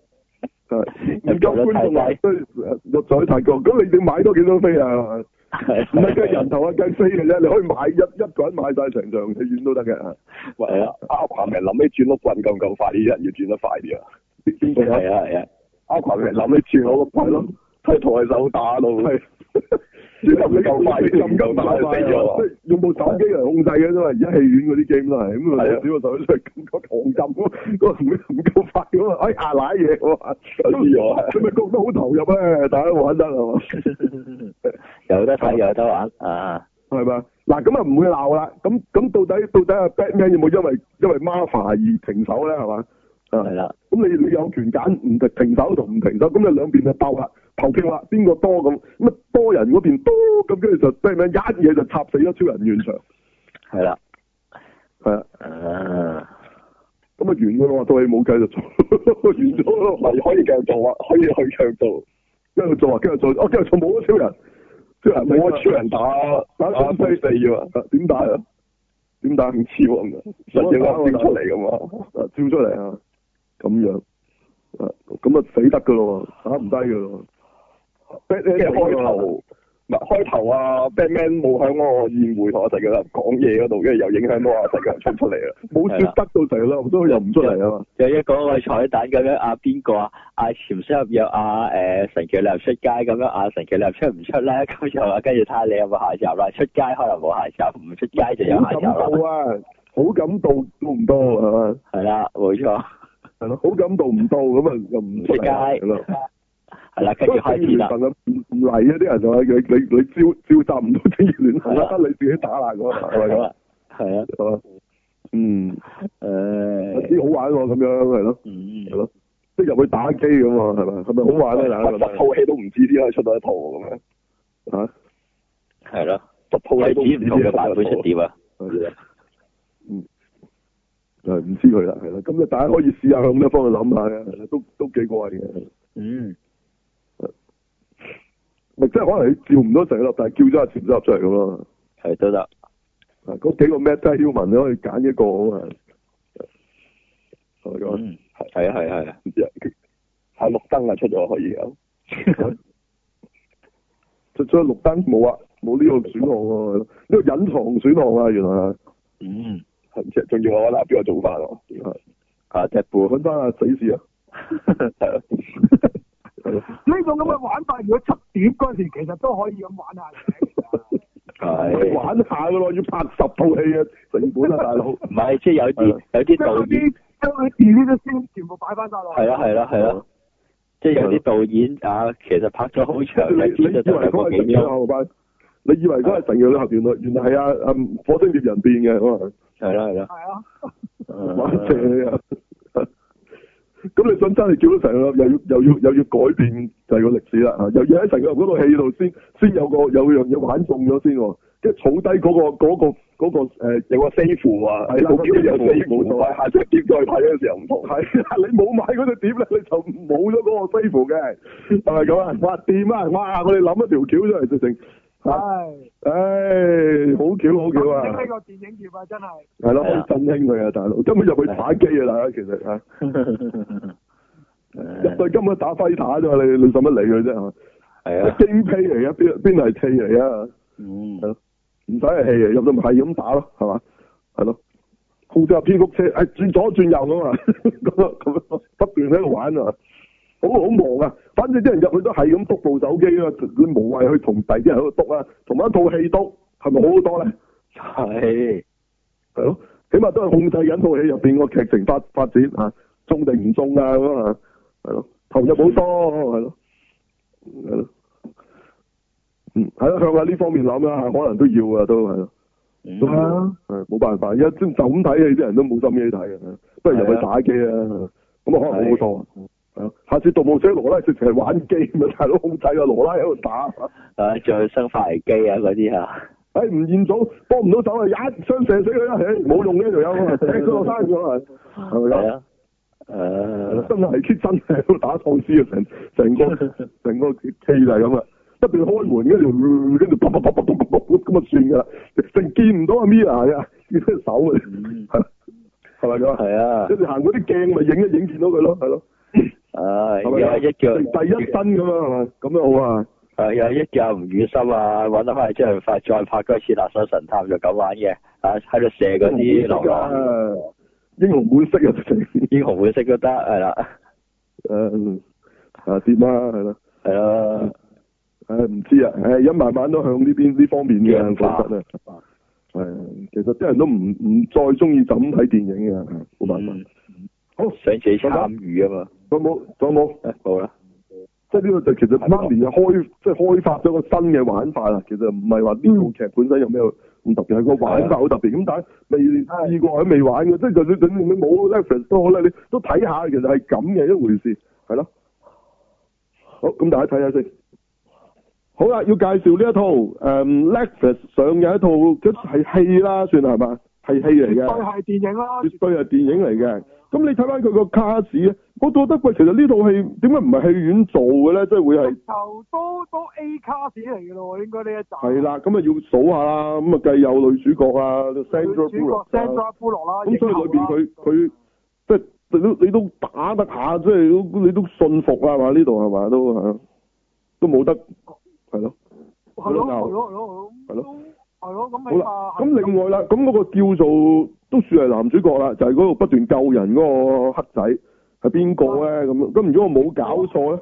Speaker 1: 唔夠觀眾話都入咗去泰國，咁你哋買多幾張飛啊？唔係計人頭啊，計飛嘅啫，你可以買一一個人買晒成場戲院都得嘅。
Speaker 4: 喂
Speaker 3: 係啊，
Speaker 4: 阿華明諗起轉碌棍夠唔夠快啲？一人要轉得快啲啊！
Speaker 1: 邊個啊？
Speaker 3: 係啊係啊，
Speaker 4: 阿華明諗起轉我個棍咯，推抬手打到，
Speaker 1: 係
Speaker 4: 轉得唔夠快，轉唔夠打就死咗
Speaker 1: 即
Speaker 4: 啊！
Speaker 1: 係用部手機嚟控制嘅啫嘛。而家戲院嗰啲 game 都係咁啊，
Speaker 4: 係啊
Speaker 1: 攞個手機出嚟撳個糖撳嗰個唔唔夠快咁啊，哎壓奶嘢喎，
Speaker 4: 有啲我係
Speaker 1: 你咪覺得好投入啊！大家玩得係嘛？
Speaker 3: 有得睇有得玩啊！
Speaker 1: 係嘛？嗱咁啊唔會鬧啦。咁咁到底到底啊 Batman 有冇因為因為 Martha 而停手咧？係嘛？啊
Speaker 3: 係啦，
Speaker 1: 咁你你有權揀唔停停手同唔停手，咁你兩邊就鬥啦，投票啦，邊個多咁，咁啊多人嗰邊多，咁跟住就 Batman 一嘢就插死咗超人完場，
Speaker 3: 係啦，
Speaker 1: 係啊，
Speaker 3: 啊！
Speaker 1: 咁啊完㗎咯，套戲冇繼續做，完咗咯，
Speaker 4: 咪可以繼續做啊，可以去繼續做，
Speaker 1: 繼續做啊，繼續做，哦繼續做冇咗超人，超人
Speaker 4: 冇啊，超人打
Speaker 1: 打
Speaker 4: 打
Speaker 1: 打
Speaker 4: 死死啫嘛，
Speaker 1: 啊點打啊？點打
Speaker 4: 唔似喎咁啊，實際我跳出嚟咁啊，
Speaker 1: 啊照出嚟啊？咁樣啊咁啊死得㗎咯喎，打唔低㗎咯喎
Speaker 4: 即係
Speaker 1: ，Batman
Speaker 4: 開頭，唔係開頭啊，Batman 冇喺我宴會同阿石嘅人講嘢嗰度，跟住又影響到阿石嘅人出出嚟啊啦。
Speaker 1: 冇説得到成啦，所以佢又唔出嚟啊嘛。
Speaker 3: 有一個個彩蛋咁樣，啊邊個啊？阿潛水入約啊誒神奇女俠出街咁樣，啊神奇女俠出唔出咧？ <laughs> 咁就話跟住睇下你有冇下集啦。出街可能冇下集，唔出街就有
Speaker 1: 好
Speaker 3: 下集
Speaker 1: 感
Speaker 3: 啦。
Speaker 1: 度啊，好感度到唔到係嘛？
Speaker 3: 係啦，冇錯，
Speaker 1: 係咯，好感度唔到咁啊，又唔出嚟
Speaker 3: 唔出街
Speaker 1: 係咯。
Speaker 3: 係啦，跟住開始啦
Speaker 1: 所以正義聯，盟啊唔唔嚟啊！啲人就係你你你招招集唔到正義聯盟
Speaker 3: 係啦
Speaker 1: 啦，得你自己打爛嗰個係咪咁
Speaker 3: 係
Speaker 1: 啊
Speaker 3: 啊，係啊，
Speaker 1: 係嘛？嗯，有
Speaker 3: 誒，
Speaker 1: 啲好玩喎，咁樣係咯，
Speaker 3: 嗯
Speaker 1: 係，咯，即係入去打機咁啊，係咪？係咪好玩咧？嗱，
Speaker 4: 十套戲都唔止先可以出到一套咁樣，
Speaker 1: 嚇
Speaker 3: 係咯，
Speaker 4: 十套戲都
Speaker 3: 位置唔
Speaker 4: 止
Speaker 3: 同嘅版本出碟啊，
Speaker 1: 係啊嗯，就係唔知佢啦，係啦，咁啊就大家可以試下向呢方向諗下嘅，係啦都都幾過癮嘅。
Speaker 3: 嗯，
Speaker 1: 咪即係可能你叫唔到成粒，但係叫咗個潛水入出嚟咁咯。
Speaker 3: 係都得。
Speaker 1: 啊嗰幾個 Meta Human 你可以揀一個咁啊。係咪咁啊？
Speaker 3: 嗯，係啊係啊係 <laughs> 啊，
Speaker 4: 唔知啊，係綠燈啊出咗可以有，
Speaker 1: 出咗綠燈冇啊，冇呢個選項喎，呢個隱藏選項啊，原來係
Speaker 3: 嗯，
Speaker 4: 係唔知仲要我嗱邊個做法咯？
Speaker 3: 啊只
Speaker 1: 我
Speaker 3: 布，
Speaker 1: 揾翻阿死士啊，
Speaker 4: 係啊，
Speaker 1: 係咯，
Speaker 2: 呢種咁嘅玩法，如果出碟嗰陣時，其實都可以咁玩下嘅。
Speaker 3: <laughs>
Speaker 1: <laughs>
Speaker 3: 係
Speaker 1: 玩下噶咯，要拍十套戲啊，成本啊，大佬。
Speaker 3: 唔係即係有啲有啲
Speaker 2: 將
Speaker 3: 導
Speaker 2: 嗰
Speaker 3: 演
Speaker 2: 啲將嗰啲 delete 先全部擺翻晒落去。
Speaker 3: 係
Speaker 1: 啊
Speaker 3: 啊啦係啦係啦，即係有啲導演啊，其實拍咗好長
Speaker 1: 你
Speaker 3: 嘅，
Speaker 1: 你以
Speaker 3: 剪
Speaker 1: 為
Speaker 3: 咗
Speaker 1: 嗰
Speaker 3: 就兩個
Speaker 1: 係
Speaker 3: 幾
Speaker 1: 神雕
Speaker 3: 秒，
Speaker 1: 俠侶班，你以為嗰係神嘅旅行原來原來係啊啊火星獵人變嘅可
Speaker 3: 係啦係啦，
Speaker 2: 係啊，
Speaker 1: 能，玩正你啊！ <laughs> 咁你想真係叫到神嘅旅行又要又要又要改變就係個歷史啦啊又要喺神嘅旅行嗰套戲度先先有個有樣嘢玩中咗先喎，跟住儲低嗰個嗰個嗰個誒
Speaker 4: 有個 save 啊，
Speaker 1: 係啦
Speaker 4: 你部機有
Speaker 1: 個 save
Speaker 4: save
Speaker 1: 冇錯
Speaker 4: 下隻碟再睇嘅時候唔同，
Speaker 1: 係啊，你冇買嗰隻碟咧，你就冇咗嗰個西服嘅，係咪咁啊？哇，掂啊！哇，我哋諗一條橋出嚟直情，啊
Speaker 2: 係。
Speaker 1: 唉，好橋好橋啊！
Speaker 2: 呢個電影業啊，真係。
Speaker 1: 係咯，可
Speaker 3: 係
Speaker 1: 以
Speaker 3: 啊
Speaker 1: 振興佢啊，大佬，根本入去打機啊，大家其實啊，
Speaker 3: 嗯啊
Speaker 1: 入去根本啊打揮打啫嘛，你你使乜理佢啫嚇？
Speaker 3: 係啊，
Speaker 1: 精胚嚟嘅，邊邊係戲嚟啊？
Speaker 3: 嗯
Speaker 1: 係，咯，唔使係戲嚟，入到咪係咁打咯，係嘛？係咯，控制下蝙蝠車，誒、轉左轉右咁嘛，咁啊 <laughs> 咁啊不斷喺度玩啊，好好忙啊！反正啲人入去都係咁篤部手機啊，佢無謂去同第啲人喺度篤啊，同埋一套戲篤，係咪好好多咧？
Speaker 3: 係，
Speaker 1: 係咯，起碼都係控制緊套戲入邊個劇情發發展啊，中定唔中啊咁啊，係咯，投入好多係咯，係咯，嗯，係咯，向下呢方面諗啦，可能都要啊，都係咯。
Speaker 3: 嗯
Speaker 1: 咁啊，係冇辦法，而家就咁睇戲啲人都冇心機睇嘅，不如入去打機啊，咁啊可能好好多。係咯，下次《盜墓者羅拉》直情係玩機咁啊，大佬控制個羅拉喺度打。
Speaker 3: 啊仲有生化危機啊嗰啲嚇，
Speaker 1: 唉，吳彥祖幫哎唔到手啊，一槍射死佢啦！唉，冇用嘅條友啊，掟佢落山咗
Speaker 3: <laughs>
Speaker 1: 啊，係咪
Speaker 3: 係
Speaker 1: 咁？
Speaker 3: 啊，誒，
Speaker 1: 真係啲真係喺度打喪屍啊！成成個
Speaker 3: <laughs>
Speaker 1: 成個戲就係咁啊，不斷開門跟住跟住啪啪啪啪啪啪啪咁啊算㗎啦，成見唔到阿 Mia 啊，見到隻手啊，
Speaker 3: 嗯
Speaker 1: 係 <laughs> 係咪咁啊？
Speaker 3: 係啊
Speaker 1: 跟，住行嗰啲鏡咪影一影見到佢咯，係咯，
Speaker 3: 啊
Speaker 1: 係
Speaker 3: 又
Speaker 1: 咪啊
Speaker 3: 係一腳
Speaker 1: 第一身咁啊，係咪？咁樣好啊，
Speaker 3: 啊！又一隻吳宇森啊，揾得翻張發再拍嗰次《垃圾神探》就咁玩嘅，啊喺度射嗰啲流浪，
Speaker 1: 啊英雄本色啊，直情
Speaker 3: 英雄本色都得，係啦，
Speaker 1: 誒啊點啊，係咯。
Speaker 3: 係咯，
Speaker 1: 唉，唔知啊，唉，而家慢慢都向呢邊呢方面嘅
Speaker 3: 鏡化
Speaker 1: 講真啊，係，其實啲人都唔唔再中意就咁睇電影嘅，係冇辦法。
Speaker 3: 嗯
Speaker 1: 好，
Speaker 3: 想自己參與啊嘛，
Speaker 1: 仲有冇？仲有冇？
Speaker 3: 誒冇啦，
Speaker 1: 即係呢個就其實媽咪又開即係開發咗個新嘅玩法啦。其實唔係話呢套劇本身有咩咁特別，係個玩法好特別。咁但係未試過，喺未玩嘅，即係就算就算你冇 reference 都好啦，你都睇下，其實係咁嘅一回事，係咯。好，咁大家睇下先。好啦，要介紹呢一套誒、Netflix 上嘅一套，咁係戲啦，算係嘛？係戲嚟
Speaker 2: 對
Speaker 1: 嘅。
Speaker 2: 係電影啦，
Speaker 1: 絕對係電影嚟嘅。咁你睇翻佢個卡士咧，我覺得喂，其實呢套戲點解唔係戲院做嘅咧？即係會係
Speaker 2: 就都都 A 卡士嚟嘅咯喎，應該呢一集。
Speaker 1: 係。啦，咁啊要數下啦，咁啊計有女主角啊
Speaker 2: 女主
Speaker 1: ，Sandra
Speaker 2: 角
Speaker 1: Bullock 啊
Speaker 2: Sandra 啊 Bullock 啦，
Speaker 1: 咁所以裏邊
Speaker 2: 影
Speaker 1: 佢
Speaker 2: 后啦
Speaker 1: 佢即係你都你都打得下，即係你都你都信服啊啦係嘛？呢度係嘛都係都冇得係咯。
Speaker 2: 係咯係咯係咯係咯，係咯咁
Speaker 1: 好
Speaker 2: 你
Speaker 1: 啦，咁另外啦，咁嗰個叫做都算係男主角啦，就係嗰個不斷救人嗰個黑仔係邊個咧？咁咁如果我冇搞錯咧？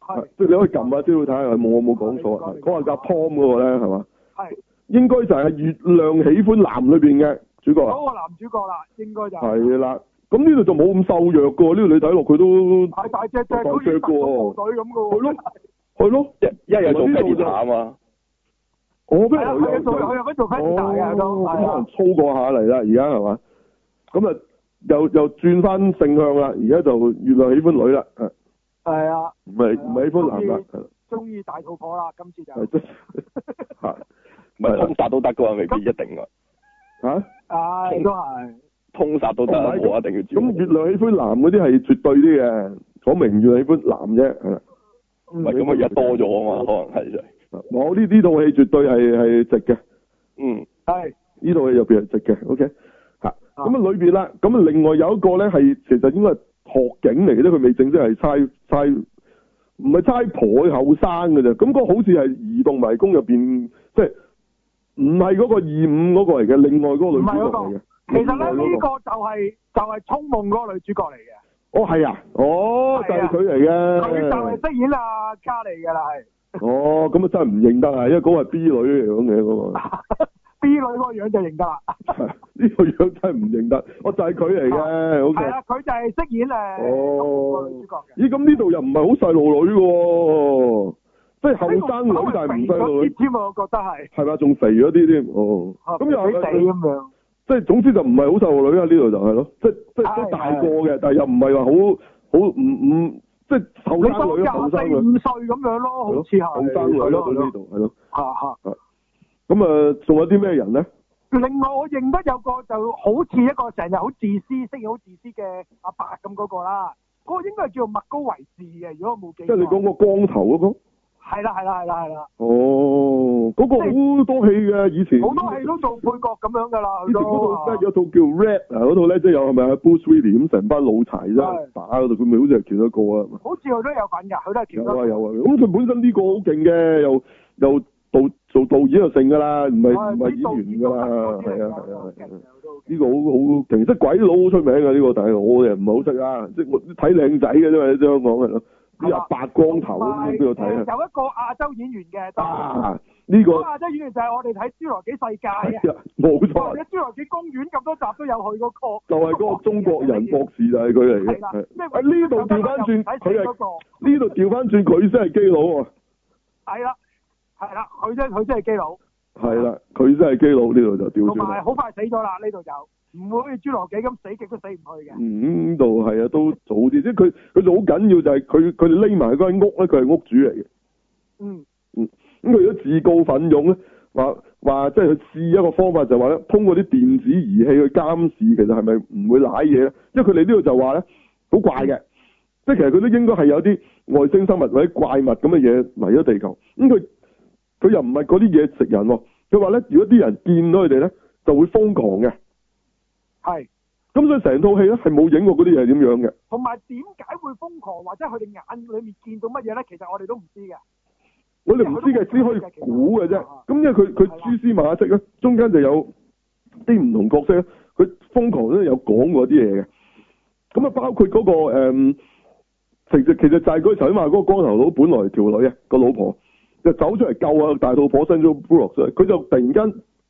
Speaker 2: 係
Speaker 1: 啊即係你可以撳下資料睇下，有冇我冇講錯啊？
Speaker 2: 係
Speaker 1: 講下架 Tom 嗰個咧係嘛？
Speaker 2: 係
Speaker 1: 應該就係月亮喜歡男裏邊嘅主角啊，
Speaker 2: 嗰個男主角啦，應該就
Speaker 1: 係啦。咁呢度就冇咁瘦弱嘅喎，呢度你睇落佢都
Speaker 2: 係大隻隻，好似特工隊咁嘅喎。
Speaker 1: 係咯，係咯。
Speaker 4: 一一有做雞蛋啊嘛，
Speaker 1: 我邊
Speaker 2: 係啊，
Speaker 1: 度有
Speaker 2: 佢有做佢有份做 f a 嘅都
Speaker 1: 哦
Speaker 2: 係
Speaker 1: 可能
Speaker 2: 啊，
Speaker 1: 操過下嚟啦，而家係嘛？咁啊，又又轉翻性向啦，而家就月亮喜歡女啦，啊
Speaker 2: 係啊，
Speaker 1: 唔係唔係喜歡男啦，係啦
Speaker 2: 中意大肚婆啦，今次就
Speaker 1: 係真係
Speaker 4: 唔係
Speaker 1: 係啦 <laughs>
Speaker 4: 通殺都得噶嘛，未必一定㗎。
Speaker 1: 嚇。
Speaker 2: 唉都係
Speaker 4: 通殺都得，
Speaker 1: 唔係咁
Speaker 4: 我一定要
Speaker 1: 咁
Speaker 4: 知。
Speaker 1: 月亮喜歡藍嗰啲係絕對啲嘅，講明月亮喜歡藍啫，係啦。
Speaker 2: 嗯
Speaker 4: 唔係咁啊，而家多咗啊嘛，可能係就係
Speaker 1: 我呢呢套戲絕對係係值嘅，
Speaker 4: 嗯
Speaker 2: 係
Speaker 1: 呢套戲入邊係值嘅，OK 嚇。
Speaker 2: 啊
Speaker 1: 咁啊裏邊啦，咁啊另外有一個咧係其實應該係學警嚟嘅啫，佢未正式係差差，唔係差婆佢後生嘅啫。咁、個好似係移動迷宮入邊，即係唔係嗰個二五嗰個嚟嘅，另外嗰個女主角嚟嘅。
Speaker 2: 其實咧
Speaker 1: 另外嗰
Speaker 2: 呢
Speaker 1: 個
Speaker 2: 個就係就係冲夢嗰個女主角嚟嘅，
Speaker 1: 哦係啊，哦就係
Speaker 2: 係
Speaker 1: 佢嚟
Speaker 2: 啊佢就係
Speaker 1: 嘅。
Speaker 2: 飾演阿卡莉嘅啦，係
Speaker 1: 哦，咁啊真係唔認得啊，因為嗰個係 B 女嚟嘅嗰個。
Speaker 2: B 女嗰個樣就認得啦，
Speaker 1: <laughs> 呢個樣真係唔認得，我就係佢嚟嘅。O K，
Speaker 2: 係啊啦，佢就係飾演誒個
Speaker 1: 哦
Speaker 2: 女主角嘅。
Speaker 1: 咦咁呢度又唔係好細路女嘅喎，即係後生女但係唔細路女，
Speaker 2: 添啊，我覺得係
Speaker 1: 係咪仲肥咗啲添？哦，咁又
Speaker 2: 肥肥啊咁樣。
Speaker 1: 即係總之就唔係好細路女啊！呢度就係咯，即係即係
Speaker 2: 係
Speaker 1: 都大個嘅，但係又唔係話好好唔唔即係後
Speaker 2: 你
Speaker 1: 生女
Speaker 2: 講
Speaker 1: 啊，後生
Speaker 2: 廿四
Speaker 1: 女
Speaker 2: 五歲咁樣咯，好似
Speaker 1: 係
Speaker 2: 係
Speaker 1: 咯後生女咯，
Speaker 2: 係
Speaker 1: 佢呢度係咯。
Speaker 2: 嚇嚇。
Speaker 1: 咁啊，仲有啲咩人咧？
Speaker 2: 另外我認得有個就好似一個成日好自私、飾演好自私嘅阿伯咁嗰個啦，嗰、個應該係叫麥高維治嘅，如果我冇記
Speaker 1: 即係
Speaker 2: 錯。
Speaker 1: 你講個光頭嗰個，
Speaker 2: 係啦係啦係啦係啦，
Speaker 1: 哦，嗰個好多戲嘅以前。
Speaker 2: 好多戲都做配角咁樣㗎啦，
Speaker 1: 以
Speaker 2: 佢
Speaker 1: 前嗰套咧
Speaker 2: 都
Speaker 1: <laughs> 有套叫 Red 啊，嗰套咧即係有係咪啊 Bruce Williams 成班老柴啫
Speaker 2: 係
Speaker 1: 打嗰度，佢咪好似係其中一個啊？係嘛
Speaker 2: 好似佢都有份㗎，佢都係其
Speaker 1: 有
Speaker 2: 中
Speaker 1: 啊
Speaker 2: 一個
Speaker 1: 有啊，咁佢本身呢個好勁嘅，又又導做導演就成㗎啦，唔係唔
Speaker 2: 啊
Speaker 1: 係啊演員㗎啦，係啊係啊係啊，呢個好好勁，即係鬼佬好出名㗎呢個，但係我哋唔係好識啊，即係我睇靚仔嘅啫嘛，喺香港係咯，啲阿白光頭咁
Speaker 2: 啊
Speaker 1: 邊度睇
Speaker 2: 有一個亞洲演員嘅，
Speaker 1: 啊？
Speaker 2: 嗰
Speaker 1: 啊，呢個
Speaker 2: 個亞洲演員就係我哋睇《侏羅紀世界》
Speaker 1: <laughs>
Speaker 2: 嘅。
Speaker 1: 係啊冇
Speaker 2: 或
Speaker 1: 錯
Speaker 2: 者，侏羅紀公園咁多集都有去嗰個，
Speaker 1: 就係嗰個中國啊哎人博士就係佢嚟嘅
Speaker 2: 係啦，
Speaker 1: 係。
Speaker 2: 咩
Speaker 1: 喺呢度調翻轉，佢係
Speaker 2: 嗰個
Speaker 1: 呢度調翻轉，佢先係基佬啊！
Speaker 2: 係啦，係啦，佢真佢真係基佬，
Speaker 1: 係啦，佢先係基佬，呢度就啊調
Speaker 2: 同
Speaker 1: 轉
Speaker 2: 埋
Speaker 1: 啦。
Speaker 2: 好快死咗啦，呢度就唔會好似侏羅紀咁死極都死唔去嘅，
Speaker 1: 嗯，呢度係啊，都早啲，即係佢佢就好緊要就係佢佢匿埋嗰間屋咧，佢係屋主嚟嘅。
Speaker 2: 嗯，
Speaker 1: 咁佢都自告奮勇咧，話話即係佢試一個方法就話咧，通過啲電子儀器去監視，其實係咪唔會舐嘢咧？因為佢哋呢度就話咧，好怪嘅，即係其實佢都應該係有啲外星生物或者怪物咁嘅嘢嚟咗地球。咁佢佢又唔係嗰啲嘢食人喎，佢話咧，如果啲人見到佢哋咧，就會瘋狂嘅。
Speaker 2: 係，
Speaker 1: 咁所以成套戲咧係冇影過嗰啲嘢係點樣嘅。
Speaker 2: 同埋點解會瘋狂或者佢哋眼裡面見到乜嘢咧？其實我哋都唔知嘅，
Speaker 1: 我哋唔知嘅，只可以估嘅啫。咁因為佢佢蛛絲馬跡咧，中間就有啲唔同角色咧，佢瘋狂咧有講過啲嘢嘅。咁啊，包括嗰、個誒其實其實就係嗰頭先話嗰個光頭佬，本來條女啊個老婆就走出嚟救啊大肚婆 s a n d r a Bullock，佢就啊突然間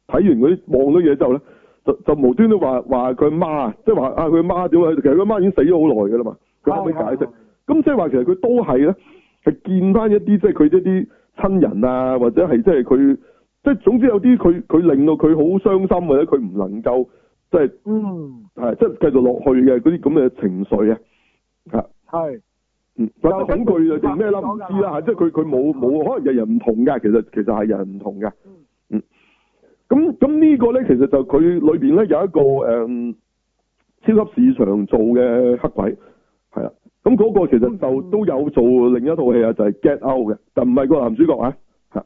Speaker 1: 睇完嗰啲望到嘢之後咧，就就無端端話話佢媽，即係話啊佢媽點啊？其實佢媽已經死咗好耐㗎啦嘛，佢後尾解釋。咁即係話其實佢都係咧，係見翻一啲即係佢一啲親人啊，或者係即係佢即係總之有啲佢佢令到佢好傷心或者佢唔能夠即係
Speaker 2: 嗯，
Speaker 1: 係即係繼續落去嘅嗰啲咁嘅情緒啊，嚇
Speaker 2: 係，
Speaker 1: 嗯或者恐懼就定咩啦唔知啦嚇，即係佢佢冇冇可能人人唔同㗎，其實其實係人人唔同㗎，嗯咁咁呢個咧其實就佢裏邊咧有一個誒、嗯超級市場做嘅黑鬼。係啦，咁嗰個其實就都有做另一套戲啊，就係、Get Out 嘅，但唔係個男主角啊，嚇，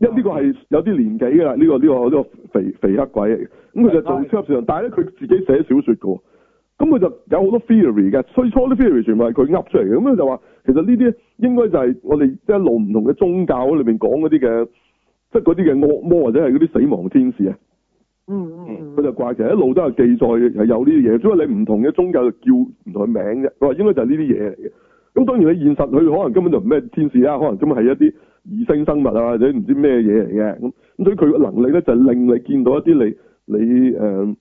Speaker 1: 因為呢個係有啲年紀嘅啦，呢、個呢、個呢、個肥肥黑鬼嚟嘅，咁佢就做超級市場，但係咧佢自己寫小説嘅喎，咁佢就有好多 theory 嘅，最初啲 theory 全部係佢噏出嚟嘅，咁佢就話其實呢啲應該就係我哋一路唔同嘅宗教裏邊講嗰啲嘅，即係嗰啲嘅惡魔或者係嗰啲死亡天使啊。
Speaker 2: 嗯嗯
Speaker 1: 佢就怪其實一路都有記載係有呢啲嘢，只不過你唔同嘅宗教就叫唔同嘅名啫。佢話應該就係呢啲嘢嚟嘅。咁當然你現實佢可能根本就唔咩天使啦，可能根本係一啲異星生物啊，或者唔知咩嘢嚟嘅。咁咁所以佢嘅能力咧就係令你見到一啲你你誒、呃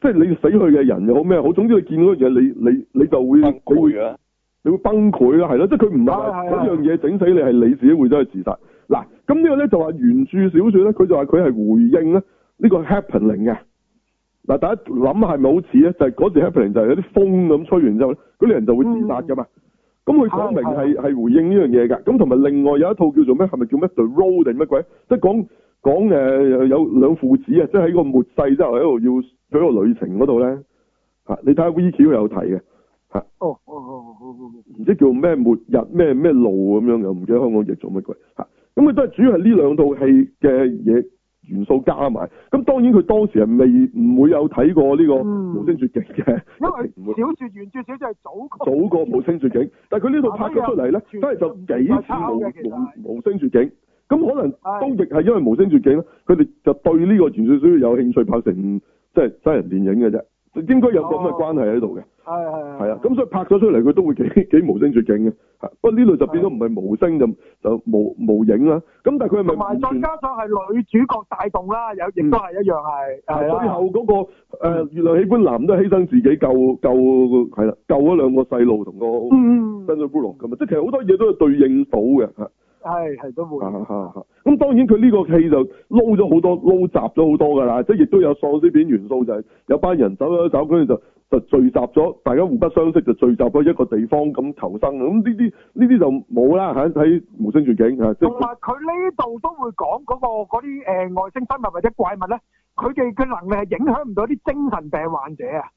Speaker 1: 即係你死去嘅人又好咩好，總之你見到嘅嘢你你你就會
Speaker 4: 崩
Speaker 1: 你會
Speaker 4: 潰啊！
Speaker 1: 你會崩潰啦，係咯，即係佢唔係話
Speaker 2: 啊係係係
Speaker 1: 嗰樣嘢整死你，係你自己會走去自殺。嗱，咁呢個咧就話原著小説咧，佢就話佢係回應咧呢個 happening 嘅。嗱，大家諗下係咪好似咧？就係嗰時 happening 就係有啲風咁吹完之後咧，嗰啲人就會自殺噶嘛。咁佢講明
Speaker 2: 嗯係係
Speaker 1: 係係回應呢樣嘢㗎。咁同埋另外有一套叫做咩？係咪叫咩？The Road 定乜鬼？即係講講誒有兩父子啊，即係喺個末世之後喺度要佢個旅程嗰度咧嚇，你睇下 VQ 有提嘅，
Speaker 2: 哦哦哦哦哦，
Speaker 1: 唔知叫咩末日咩咩路咁樣嘅，唔記得香港譯做乜鬼嚇。咁佢都係主要係呢兩套戲嘅嘢元素加埋。咁當然佢當時係未唔會有睇過呢個
Speaker 2: 嗯
Speaker 1: 無聲絕境嘅，<laughs>
Speaker 2: 因
Speaker 1: 唔
Speaker 2: 為
Speaker 1: 會
Speaker 2: 小説原著小説係早
Speaker 1: 早過無聲絕境。但係佢呢套拍咗出嚟咧，真係就幾似無無無聲絕境。咁可能都亦係因為無聲絕境咧，佢哋就對呢個元素小說有興趣拍成即係真人電影嘅啫，應該有個咁嘅
Speaker 2: 哦
Speaker 1: 關係喺度嘅。
Speaker 2: 係係
Speaker 1: 係啊，咁所以拍咗出嚟佢都會幾幾無聲絕境嘅，嚇不過呢度就變咗唔係無聲就就無無影啦。咁但係佢係咪
Speaker 2: 同
Speaker 1: 完
Speaker 2: 埋再
Speaker 1: 全
Speaker 2: 加上係女主角帶動啦，有亦都係一樣係係
Speaker 1: 啊最
Speaker 2: 啦
Speaker 1: 後嗰、個、呃、月亮喜歡男都係犧牲自己救救係啦，救咗兩個細路同個
Speaker 2: 嗯
Speaker 1: 真水骷髏咁啊！即係其實好多嘢都係對應到嘅嚇
Speaker 2: 係係都會
Speaker 1: 嚇嚇嚇啊咁當然佢呢個戲就撈咗好多撈雜咗好多㗎啦，即係亦都有喪屍片元素，就係、有班人走走走，跟住就。就聚集咗，大家互不相識，就聚集咗一個地方咁求生咁呢啲呢啲就冇啦喺喺無聲絕境嚇，即係
Speaker 2: 同埋佢呢度都會講嗰、個嗰啲誒外星生物或者怪物咧，佢哋嘅能力係影響唔到啲精神病患者啊，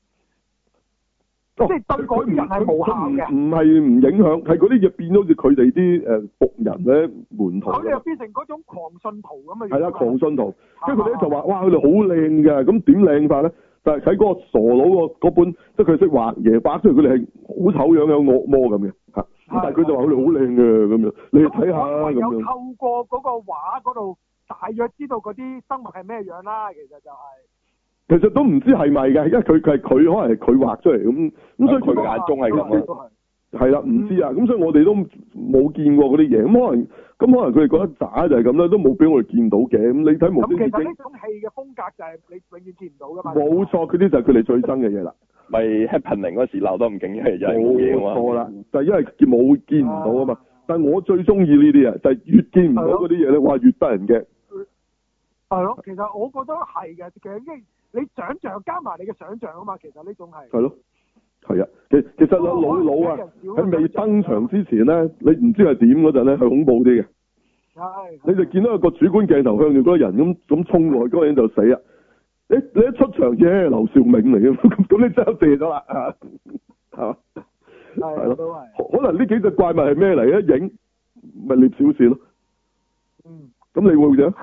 Speaker 1: 哦
Speaker 2: 即係對嗰啲人係無效嘅
Speaker 1: 佢唔佢唔唔係唔影響，係嗰啲嘢變咗好似佢哋啲誒仆人咧門徒
Speaker 2: 佢哋
Speaker 1: 咁
Speaker 2: 就
Speaker 1: 啊，
Speaker 2: 變成嗰種狂信徒咁嘅樣。
Speaker 1: 係啦狂信徒，
Speaker 2: 啊
Speaker 1: 跟住佢哋咧就
Speaker 2: 話
Speaker 1: 話哇佢哋好靚嘅，咁點靚法咧？但係喺嗰個傻佬個嗰本，即係佢識畫嘢，畫出嚟佢哋係好醜樣有惡魔咁嘅嚇，咁但係佢就話佢哋好靚嘅咁樣，你去睇下啦咁
Speaker 2: 唯有
Speaker 1: 樣。
Speaker 2: 透過嗰個畫嗰度，大約知道嗰啲生物係咩樣啦。其實就係、
Speaker 1: 其實都唔知係咪嘅，因為佢佢係佢可能係佢畫出嚟咁，咁所以
Speaker 4: 佢
Speaker 1: 佢
Speaker 4: 嘅眼中係咁啊
Speaker 2: 咁啊。
Speaker 1: 係啦，唔知啊，咁所以我哋都冇見過嗰啲嘢，咁可能咁可能佢哋覺得渣就係咁啦，都冇俾我哋見到嘅，咁你睇無
Speaker 2: 咁
Speaker 1: 端
Speaker 2: 其
Speaker 1: 端
Speaker 2: 實呢
Speaker 1: 景，
Speaker 2: 種戲嘅風格就係你永遠見唔到噶嘛。
Speaker 1: 冇錯，佢啲就係佢哋最憎嘅嘢啦，
Speaker 4: 咪 happening 嗰時鬧得唔勁，因為就係冇嘢
Speaker 1: 冇
Speaker 4: 啊
Speaker 1: 錯
Speaker 4: 嘛。
Speaker 1: 啦，就係因為冇見唔到啊嘛，但係我最中意呢啲啊，就係越見唔到嗰啲嘢咧，哇越得人驚，
Speaker 2: 係咯，其實我覺得係嘅，其實因為你想像加埋你嘅想像啊嘛，其實呢種係。
Speaker 1: 係咯，係啊，其其實有老佬啊，喺未登場之前咧，你唔知係點嗰陣咧，係恐怖啲嘅。
Speaker 2: 係，
Speaker 1: 你就見到有個主觀鏡頭向住嗰個人咁咁衝過去，嗰個人就死啦！你你一出場啫，劉兆銘嚟嘅，咁咁你真係射咗啦，啊係嘛？係
Speaker 2: 係
Speaker 1: 咯
Speaker 2: 都係，
Speaker 1: 可能呢幾隻怪物係咩嚟咧？一影咪獵小線咯，
Speaker 2: 嗯，
Speaker 1: 咁你會唔會啫？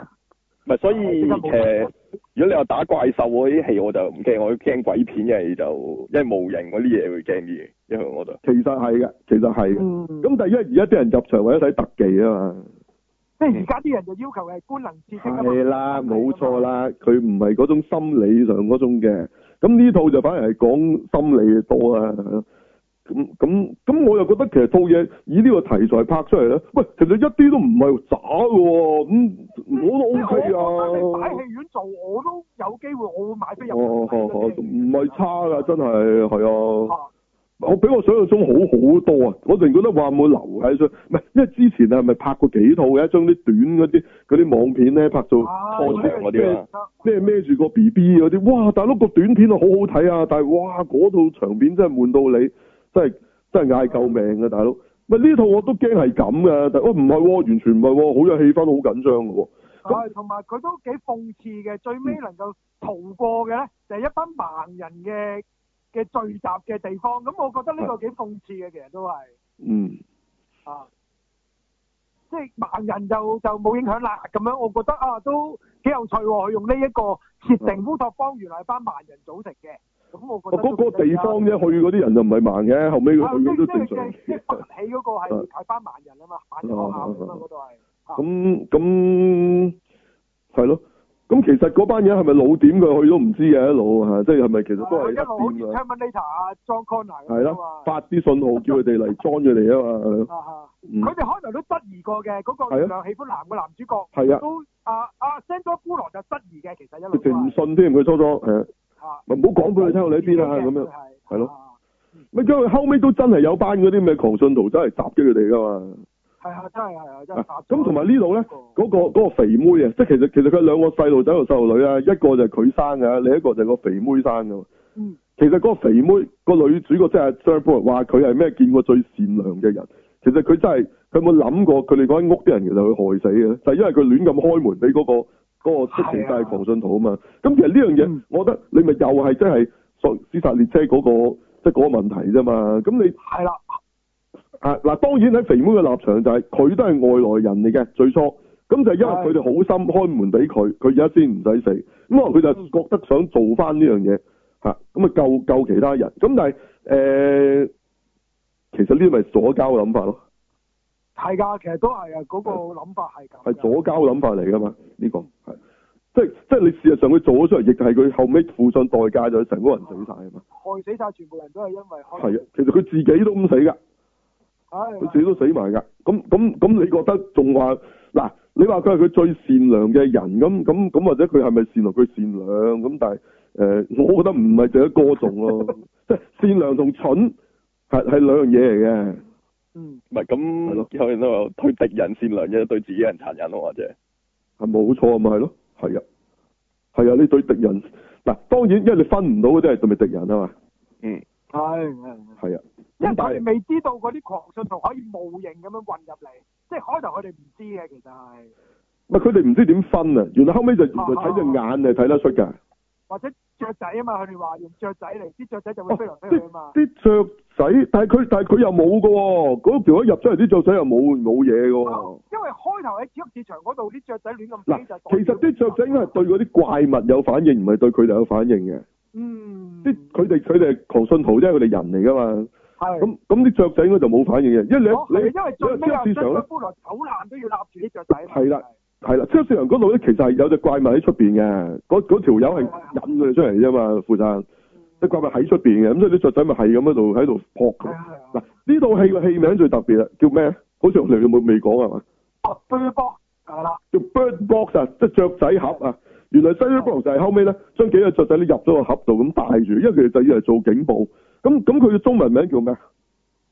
Speaker 4: 咪所以
Speaker 2: 係而家冇
Speaker 4: 誒，如果你話打怪獸嗰啲戲，我就唔驚，我驚鬼片，因為就因為模型嗰啲嘢會驚啲嘅，因為我就
Speaker 1: 其實係嘅，其實係嘅。
Speaker 2: 嗯，
Speaker 1: 咁但係因為而家啲人入場為咗睇特技啊嘛，
Speaker 2: 即係而家啲人就要求係官能刺激啊嘛
Speaker 1: 係啦，冇錯，啦，佢唔係嗰種心理上嗰種嘅。咁呢套就反而係講心理多啊。咁咁咁，我又覺得其實套嘢以呢個題材拍出嚟咧，喂，其實一啲都唔係渣嘅喎，咁我都 O
Speaker 2: 即
Speaker 1: K
Speaker 2: 係我 <laughs> 覺得你擺
Speaker 1: 啊。
Speaker 2: 戲院做，我都有機會，我會買飛入
Speaker 1: 哦哦
Speaker 2: 去睇
Speaker 1: 哦
Speaker 2: 嗰，啊啲
Speaker 1: 唔係差㗎，真係係啊！
Speaker 2: 啊
Speaker 1: 我比我想象中好好多啊！我仲覺得話冇留喺上，唔係因為之前係咪拍過幾套嘅，將啲短嗰啲嗰啲網片咧拍做
Speaker 2: 啊
Speaker 1: 拖
Speaker 4: 拖長嗰啲啊。
Speaker 1: 咩孭住個 B B 嗰啲，哇！大佬個短片啊好好睇啊，但係哇嗰套長片真係悶到你，真係真係嗌救命啊，大佬！咪呢套我都驚係咁嘅，但係哦唔係喎，完全唔係喎，好有氣氛，好緊張嘅喎。
Speaker 2: 係，同埋佢都幾諷刺嘅，最尾能夠逃過嘅咧，就係一班盲人嘅嘅聚集嘅地方。咁我覺得呢個幾諷刺嘅，其實都係
Speaker 1: 嗯，
Speaker 2: 啊，即係盲人就就冇影響啦。咁樣我覺得啊，都幾有趣喎。佢用呢一個設定烏托邦原來係班盲人組成嘅。咁我
Speaker 1: 我
Speaker 2: 覺得
Speaker 1: 哦嗰
Speaker 2: 都
Speaker 1: 個
Speaker 2: 幾
Speaker 1: 地
Speaker 2: 得
Speaker 1: 方啫，去嗰啲人就唔係盲嘅，後尾
Speaker 2: 啊
Speaker 1: 佢去
Speaker 2: 即
Speaker 1: 嗰都
Speaker 2: 即
Speaker 1: 正
Speaker 2: 係
Speaker 1: 常。
Speaker 2: 即係北起嗰個係係班盲人啊嘛，盲人學校啊嘛，嗰度係。
Speaker 1: 咁咁係咯，咁其實嗰班人係咪老點佢去都唔知嘅一路嚇，即係係咪其實都係
Speaker 2: 啊哦一路好似
Speaker 1: 一點㗎？
Speaker 2: Terminator 啊，John Connor
Speaker 1: 係
Speaker 2: 咁啊
Speaker 1: 啦
Speaker 2: 嘛，。
Speaker 1: 發啲信
Speaker 2: <laughs>
Speaker 1: 號叫佢哋嚟裝佢哋啊嘛係咯，
Speaker 2: 啊啊！
Speaker 1: 嗯
Speaker 2: 佢哋開頭都質疑過嘅，嗰、個
Speaker 1: 係啊
Speaker 2: 月亮喜歡男嘅男主角
Speaker 1: 係啊。
Speaker 2: 都啊啊 Sandra g u l o 就質疑嘅，其實一路
Speaker 1: 直
Speaker 2: 都
Speaker 1: 情唔
Speaker 2: 係
Speaker 1: 信添，佢初初誒，
Speaker 2: 啊，
Speaker 1: 咪唔好講俾佢聽我哋喺邊啊咁樣。
Speaker 2: 係啊
Speaker 1: 係咯，咪因為後尾都真係有班嗰啲咩狂信徒真係襲擊佢哋噶嘛。
Speaker 2: 係啊，真係係啊，真係
Speaker 1: 啊咁同埋呢度咧，嗰、個嗰個肥妹啊，即係其實其實佢兩個細路仔同細路女啊，一個就係佢生嘅，另一個就係個肥妹生嘅。
Speaker 2: 嗯
Speaker 1: 其實嗰個肥妹個女主角即係 s a r b o 話佢係咩見過最善良嘅人，其實佢真係佢有冇諗過佢哋嗰間屋啲人其實會害死嘅咧？就係、因為佢亂咁開門俾嗰個嗰個即時
Speaker 2: 係
Speaker 1: 就
Speaker 2: 啊
Speaker 1: 係狂信徒啊嘛。咁其實呢樣嘢
Speaker 2: 嗯，
Speaker 1: 我覺得你咪又係真係索屍殺列車嗰、個即係嗰個問題啫嘛。咁你
Speaker 2: 係啦，
Speaker 1: 啊嗱，當然喺肥妹嘅立場就係佢都係外來人嚟嘅最初，咁就係因為佢哋好心開門俾佢，佢而家先唔使死，咁啊可能佢就覺得想做翻呢樣嘢嚇，咁啊救救其他人，咁但係誒、呃其實呢啲咪左交嘅諗法咯，
Speaker 2: 係㗎，其實都係啊，嗰個諗法係咁㗎。
Speaker 1: 係左交嘅諗法嚟噶嘛，呢、個係即係即係你事實上佢做咗出嚟，亦係佢後尾付上代價就係成個人死晒啊嘛，
Speaker 2: 害死晒全部人都係因為開
Speaker 1: 係啊，其實佢自己都咁死㗎。
Speaker 2: 唉
Speaker 1: 佢自己都死埋㗎。咁咁咁，你覺得仲話嗱？你話佢係佢最善良嘅人，咁咁咁，或者佢係咪善良？佢善良咁，但係誒、呃我覺得唔係淨係歌頌 <laughs> 咯，即係善良同蠢係係兩樣嘢嚟嘅。
Speaker 2: 嗯，
Speaker 4: 唔係咁
Speaker 1: 係咯，
Speaker 4: 有人都話對敵人善良嘅，對自己人殘忍咯，或者
Speaker 1: 係冇錯咪係咯，係啊，係啊，你對敵人嗱，當然因為你分唔到嗰啲係咪敵人啊嘛，
Speaker 4: 嗯
Speaker 2: 係係係
Speaker 1: 係啊，
Speaker 2: 因為
Speaker 1: 咁但
Speaker 2: 佢
Speaker 1: 係
Speaker 2: 哋未知道嗰啲狂信徒可以冒認咁樣混入嚟，即係開頭佢哋唔知嘅，其實係
Speaker 1: 唔係佢哋唔知點分啊，原來後尾就原來睇隻眼係睇得出㗎。
Speaker 2: 或者雀仔啊嘛，佢哋話用雀仔嚟，啲雀仔就會飛嚟飛去啊嘛
Speaker 1: 哦，啲雀仔，但係佢但係佢又冇嘅喎，嗰條一入出嚟啲雀仔又冇冇嘢嘅喎。
Speaker 2: 啊因為開頭喺超級市場嗰度啲雀仔亂咁
Speaker 1: 嗱
Speaker 2: 飛就代表，
Speaker 1: 其實啲雀仔應該係對嗰啲怪物有反應，唔係對佢哋有反應嘅。
Speaker 2: 嗯
Speaker 1: 啲佢哋佢哋係狂信徒啫，佢哋人嚟噶嘛。
Speaker 2: 係
Speaker 1: 咁咁啲雀仔應該就冇反應嘅，因為
Speaker 2: 哦係
Speaker 1: 你你
Speaker 2: 因為最
Speaker 1: 你
Speaker 2: 尾
Speaker 1: 喺
Speaker 2: 啊，
Speaker 1: 超市
Speaker 2: 將
Speaker 1: 場咧
Speaker 2: 個菠蘿走爛都要攬住啲雀仔嘛。
Speaker 1: 係啦係啦，超市場嗰度咧其實係有隻怪物喺出邊嘅，嗰嗰條友係引佢哋出嚟啫嘛，負責。啲怪物喺出邊嘅，咁所以啲雀仔咪係咁喺度喺度撲
Speaker 2: 係
Speaker 1: 㗎
Speaker 2: 啊。係啊
Speaker 1: 嗱，呢套戲嘅戲名最特別啦，叫咩？好似我哋有冇未講係嘛？
Speaker 2: 哦，bird box，係啦，
Speaker 1: 叫 bird box 啊，即係雀仔盒啊。原來 Santa Claus 就係後尾咧，將幾隻雀仔咧入咗個盒度咁帶住，因為佢哋就以嚟做警報。咁咁佢嘅中文名叫咩？啊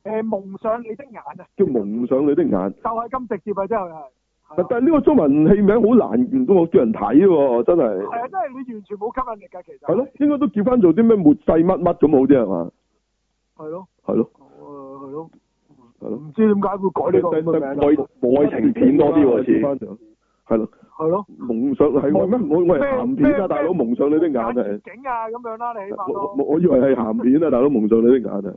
Speaker 2: 誒蒙上你的眼啊，
Speaker 1: 叫蒙上你的眼。
Speaker 2: 就係咁直接啊，真係係。係
Speaker 1: 但
Speaker 2: 啊
Speaker 1: 但係呢個中文戲名好難見到我叫人睇喎，真
Speaker 2: 係啊，
Speaker 1: 係。
Speaker 2: 真係你完全冇吸引力㗎，其實。
Speaker 1: 係咯，應該都叫翻做啲咩末世乜乜咁好啲係嘛？
Speaker 2: 係咯。
Speaker 1: 係咯，
Speaker 2: 誒係咯，
Speaker 1: 係咯。
Speaker 2: 唔知點解會改呢個咁嘅名啊
Speaker 4: 愛
Speaker 2: 啦
Speaker 4: 愛情片多啲喎，好似
Speaker 1: 翻
Speaker 2: 啊
Speaker 1: 做係咯，
Speaker 2: 係咯，
Speaker 1: 蒙上係我咩？我我係鹹片啊，大佬蒙上你的眼
Speaker 2: 眼
Speaker 1: 係。
Speaker 2: 景啊咁樣啦，你起碼
Speaker 1: 我
Speaker 2: 都
Speaker 1: 我我以為係鹹片啊，大佬蒙上你的眼
Speaker 2: <laughs>
Speaker 1: 係。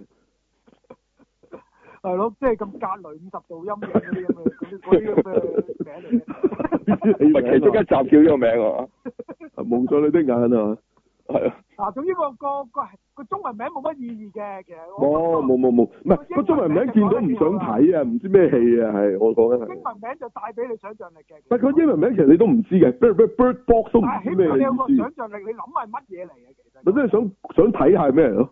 Speaker 2: 係咯，即係咁隔雷五十度陰影嗰啲咁嘅嗰啲嗰啲咁嘅
Speaker 1: <laughs>
Speaker 2: 名嚟嘅。
Speaker 4: 唔係其中一集叫呢個名啊，
Speaker 1: 蒙上你的眼啊！
Speaker 4: 係啊，
Speaker 2: 嗱，總之個個個個中文名冇乜意義嘅，其實
Speaker 1: 冇
Speaker 2: 我
Speaker 1: 哦冇冇冇，唔係個中文名見到唔想睇啊，唔知咩戲啊，係我講緊
Speaker 2: 英
Speaker 1: 係。
Speaker 2: 文名就帶俾你想像力嘅。
Speaker 1: 但佢英文名其實你都唔知嘅，bird bird bird box 都唔
Speaker 2: 但係
Speaker 1: 知
Speaker 2: 啊起
Speaker 1: 咩
Speaker 2: 碼你有個
Speaker 1: 意思，
Speaker 2: 想像力，你諗係乜嘢嚟嘅其實。
Speaker 1: 咪真係想想睇下係咩咯。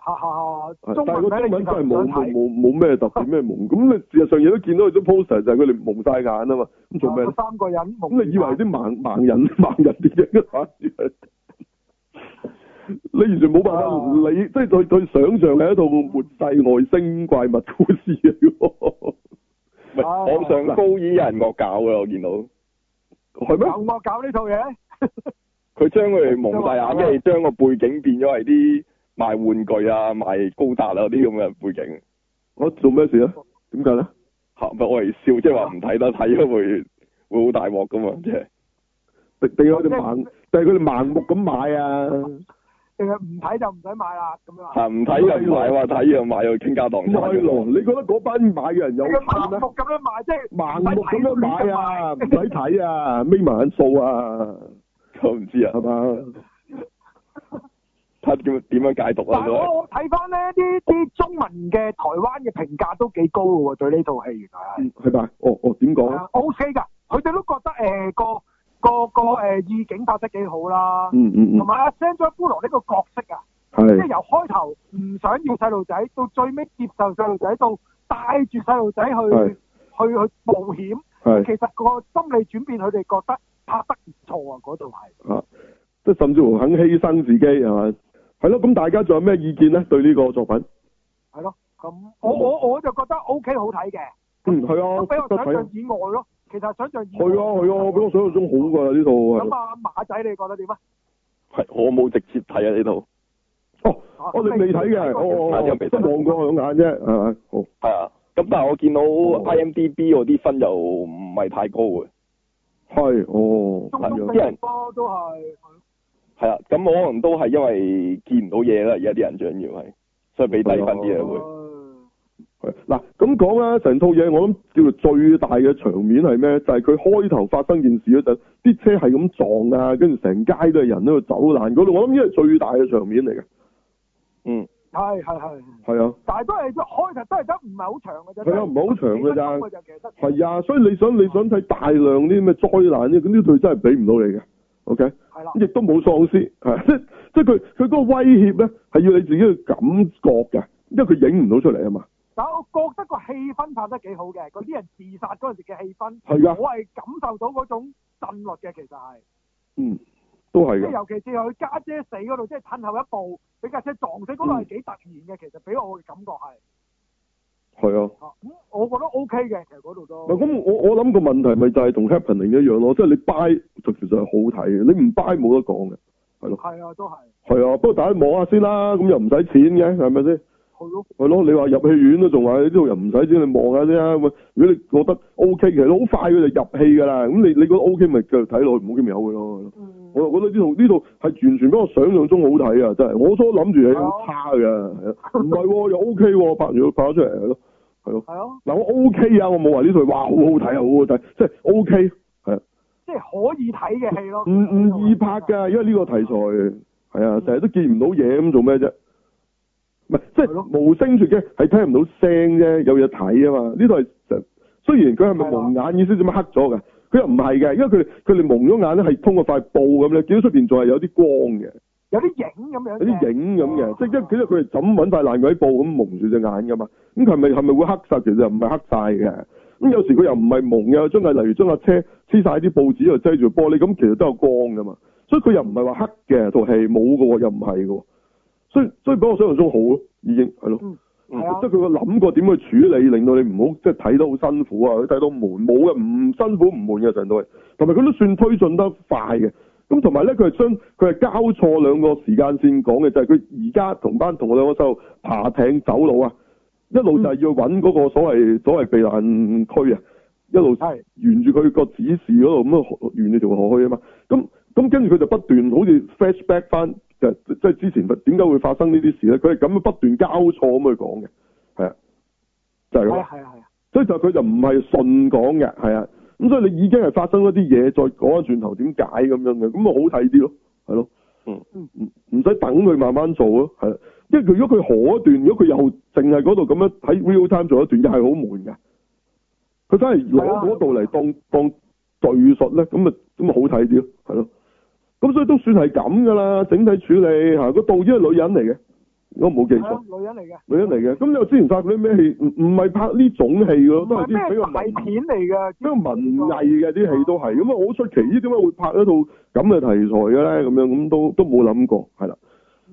Speaker 2: 哈哈
Speaker 1: 係
Speaker 2: 哈中
Speaker 1: 但係
Speaker 2: 文
Speaker 1: 個中
Speaker 2: 名你
Speaker 1: 文真
Speaker 2: 其實
Speaker 1: 係
Speaker 2: 唔
Speaker 1: 冇
Speaker 2: 想
Speaker 1: 冇
Speaker 2: 睇。
Speaker 1: 冇冇咩特別咩蒙，咁你事實上亦都見到佢張 poster 就係佢哋蒙晒眼啊嘛，咁做咩
Speaker 2: 有
Speaker 1: 咧？
Speaker 2: 三個人蒙
Speaker 1: 咁你以為
Speaker 2: 眼
Speaker 1: 啲盲盲人 <laughs> 盲人電影反而係 <laughs> 你完全冇辦法
Speaker 2: 啊
Speaker 1: 理，即係佢佢想象係一套末世外星怪物故事嚟喎，
Speaker 4: 唔係
Speaker 3: 哦
Speaker 2: 啊
Speaker 4: 網上高已經有人惡搞噶，我見到
Speaker 1: 係咩？
Speaker 2: 有我搞呢套 <laughs> 嘢？
Speaker 4: 佢將佢哋蒙晒
Speaker 2: 哦
Speaker 4: 眼，跟住將個背景變咗係啲賣玩具啊、賣高達啊嗰啲咁嘅背景。
Speaker 1: 我做咩事啊？點解咧？
Speaker 4: 嚇！咪我嚟笑，即係話唔睇得睇咗會會好大鑊噶嘛，即係
Speaker 1: 定定佢哋盲，定係佢哋盲目咁買啊？
Speaker 2: 定係唔睇就唔使買啦咁樣啊？
Speaker 4: 嚇唔睇又唔買喎，睇又買又傾家蕩
Speaker 1: 外
Speaker 4: 產。
Speaker 1: 郎，你覺得嗰班買嘅人有
Speaker 2: 你個盲
Speaker 1: 錢啊？
Speaker 2: 目咁樣買，即係
Speaker 1: 盲目咁樣買啊，唔使睇啊，眯埋眼數啊，
Speaker 4: 我唔知啊
Speaker 1: 係，嘛？
Speaker 4: 睇點點樣解讀
Speaker 2: 但
Speaker 4: 啊
Speaker 2: 係
Speaker 4: 都係。
Speaker 2: 我我睇翻咧啲啲中文嘅台灣嘅評價都幾高嘅喎，對呢套戲原來係
Speaker 1: 嗯係嘛？哦哦，點講啊？
Speaker 2: 啊 À, OK 㗎，佢哋都覺得誒個個個誒意境拍得幾好啦，
Speaker 1: 嗯嗯
Speaker 2: 同
Speaker 1: 嗯，
Speaker 2: 埋阿 Sandra Bullock 呢個角色啊，即係
Speaker 1: 係
Speaker 2: 由開頭唔想要細路仔，到最尾接受細路仔，到帶住細路仔
Speaker 1: 係
Speaker 2: 去去去冒險，其
Speaker 1: 係
Speaker 2: 實個心理轉變，佢哋覺得拍得唔錯啊，嗰度係。
Speaker 1: 啊，即係甚至乎肯犧牲自己係嘛？係咯，咁大家仲有咩意見咧？對呢個作品？
Speaker 2: 係咯，咁我我我就覺得 O、K 好睇嘅，
Speaker 1: 嗯，係
Speaker 2: 都
Speaker 1: 啊，
Speaker 2: 比我
Speaker 1: 得
Speaker 2: 想
Speaker 1: 睇啊
Speaker 2: 象，以外咯。其實想象以外。
Speaker 1: 係啊係啊，比我想象中好㗎呢套係
Speaker 2: 咁。啊，馬仔你覺得點啊？
Speaker 4: 係我冇直接睇啊呢套，
Speaker 1: 哦，我哋未睇嘅，哦我我即係望過兩眼啫，係咪？好。
Speaker 4: 係啊。咁但係我見到
Speaker 1: 哦
Speaker 4: IMDB 嗰啲分又唔係太高嘅，
Speaker 1: 係哦，
Speaker 2: 中
Speaker 1: 咁
Speaker 2: 東
Speaker 4: 東
Speaker 1: 樣
Speaker 4: 非
Speaker 2: 地方都係
Speaker 4: 係啦，咁我可能都係因為見唔到嘢啦，而家啲人最緊要係，所以俾低分啲啊會。
Speaker 2: 哦
Speaker 1: 係嗱咁講啦，成套嘢我諗叫做最大嘅場面係咩？就係佢開頭發生件事嗰陣，啲車係咁撞啊，跟住成街都係人喺度走爛嗰度，我諗呢係最大嘅場面嚟嘅，
Speaker 4: 嗯，
Speaker 2: 係係係，
Speaker 1: 係啊，
Speaker 2: 但係都係開頭都係得唔係好長嘅啫。
Speaker 1: 係啊，唔係好長㗎咋。
Speaker 2: 就其實
Speaker 1: 係啊，所以你想你想睇大量啲咩災難咧，咁呢套真係俾唔到你嘅，OK？
Speaker 2: 係啦，
Speaker 1: 亦都冇喪屍，係即即佢佢嗰個威脅咧係要你自己去感覺嘅，因為佢影唔到出嚟啊嘛。
Speaker 2: 但係我覺得個氣氛拍得幾好嘅，嗰啲人自殺嗰陣時嘅氣氛，
Speaker 1: 係㗎
Speaker 2: 我係感受到嗰種震律嘅，其實係。
Speaker 1: 嗯，都係
Speaker 2: 即
Speaker 1: 嘅
Speaker 2: 係。尤其是佢家姐死嗰度，即係褪後一步俾架車撞死嗰
Speaker 1: 嗯
Speaker 2: 度係幾突然嘅，其實俾我嘅感覺係
Speaker 1: 係啊。
Speaker 2: 嚇，咁我覺得 O K 嘅，其實嗰度都
Speaker 1: 嗱咁我我諗個問題咪就係同 happening 一樣咯，即係你 buy 就其實係好睇嘅，你唔 buy 冇得講嘅，係咯，
Speaker 2: 係啊，都係
Speaker 1: 係啊。不過大家望下先啦，咁又唔使錢嘅，係咪先？
Speaker 2: 係咯，
Speaker 1: 係咯，你話入戲院都仲話呢度又唔使錢，你望下先啊。喂如果你覺得 O K 嘅，好快佢就入戲㗎啦。咁你你覺得 O K 咪繼續睇落去，唔 O K 咪由佢咯。係咯
Speaker 2: 嗯，
Speaker 1: 我又覺得呢套呢套係完全比我想象中好睇啊！真係，我初諗住係好差嘅，係啊，唔係喎，又 OK 喎，拍完拍咗出嚟係咯，係咯。
Speaker 2: 係咯，
Speaker 1: 嗱，我 OK 啊，我冇話呢套哇好好睇啊，好好睇，即係 OK 係啊，
Speaker 2: 即係可以睇嘅戲咯，
Speaker 1: 唔唔易嗯拍㗎，因為呢個題材係
Speaker 2: 嗯
Speaker 1: 啊，成日都見唔到嘢咁做咩啫？唔係即
Speaker 2: 係咯
Speaker 1: 係無聲説嘅，係聽唔到聲啫，有嘢睇啊嘛。呢度係成雖然佢係咪
Speaker 2: 係啊
Speaker 1: 蒙眼意思點樣黑咗㗎？佢又唔係嘅，因為佢哋佢哋蒙咗眼咧，係通過塊布咁咧，見到出邊仲係有啲光嘅。
Speaker 2: 有啲影咁樣嘅，
Speaker 1: 有啲影咁嘅
Speaker 2: 哦，
Speaker 1: 即係因為其實佢係枕揾塊爛鬼布咁蒙住隻眼噶嘛，咁佢係咪係咪會黑晒？其實又唔係黑晒嘅，咁有時佢又唔係蒙嘅，將架例如將架車黐晒啲報紙又遮住玻璃，咁其實都有光噶嘛，所以佢又唔係話黑嘅套戲冇嘅喎，又唔係嘅喎，所以所以比我想象中好咯，已經係咯。
Speaker 2: 嗯
Speaker 4: 嗯
Speaker 2: 係啊
Speaker 1: 即係佢個諗過點去處理，令到你唔好即係睇得好辛苦啊，睇到悶冇嘅，唔辛苦唔悶嘅程度係，同埋佢都算推進得快嘅。咁同埋咧，佢係將佢係交錯兩個時間線講嘅，就係佢而家同班同學兩個細路爬艇走佬啊，一路就係要揾嗰個所謂所謂避難區啊，一路
Speaker 2: 係
Speaker 1: 沿住佢個指示嗰度咁樣沿住條河去啊嘛。咁咁跟住佢就不斷好似 flashback 翻，就即係之前點解會發生呢啲事咧？佢係咁樣不斷交錯咁去講嘅，係啊，就係咁
Speaker 2: 係
Speaker 1: 啦
Speaker 2: 啊。係啊係啊，
Speaker 1: 所以就佢就唔係順講嘅，係啊，咁所以你已經係發生咗啲嘢，再講翻轉頭點解咁樣嘅，咁咪好睇啲咯，係咯，
Speaker 4: 嗯
Speaker 2: 嗯
Speaker 1: 唔唔使等佢慢慢做咯，係啊，因為佢如果佢可段，如果佢又淨係嗰度咁樣喺 real time 做一段，又係好悶嘅，佢反而
Speaker 2: 係啊
Speaker 1: 攞嗰度嚟當當敘述咧，咁咪咁咪好睇啲咯，係咯，咁所以都算係咁噶啦，整體處理嚇個導演係女人嚟嘅，如果冇記
Speaker 2: 係
Speaker 1: 錯
Speaker 2: 啊。女人嚟嘅，
Speaker 1: 女人嚟嘅，咁你又之前拍嗰啲咩戲？唔唔係拍呢種戲嘅咯，都係
Speaker 2: 唔係
Speaker 1: 啲比
Speaker 2: 咩
Speaker 1: 較
Speaker 2: 大
Speaker 1: 文
Speaker 2: 片嚟嘅，
Speaker 1: 比較文藝嘅啲戲都係。咁啊，我好出奇，咦？點解會拍一套咁嘅題材嘅咧？咁樣咁都都冇諗過，係啦。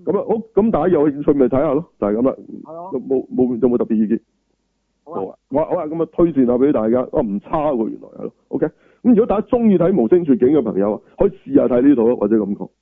Speaker 1: 咁啊，好，咁大家有興趣咪睇下咯，就係咁啦。
Speaker 2: 係咯
Speaker 1: 有冇冇有冇特別意見？
Speaker 2: 好
Speaker 1: 好
Speaker 2: 啊，
Speaker 1: 啊，好啊，好啊，咁啊，推薦下俾大家。啊，唔差喎，原來係咯。OK，咁如果大家中意睇無聲絕境嘅朋友啊，可以試下睇呢套咯，或者咁講。嗯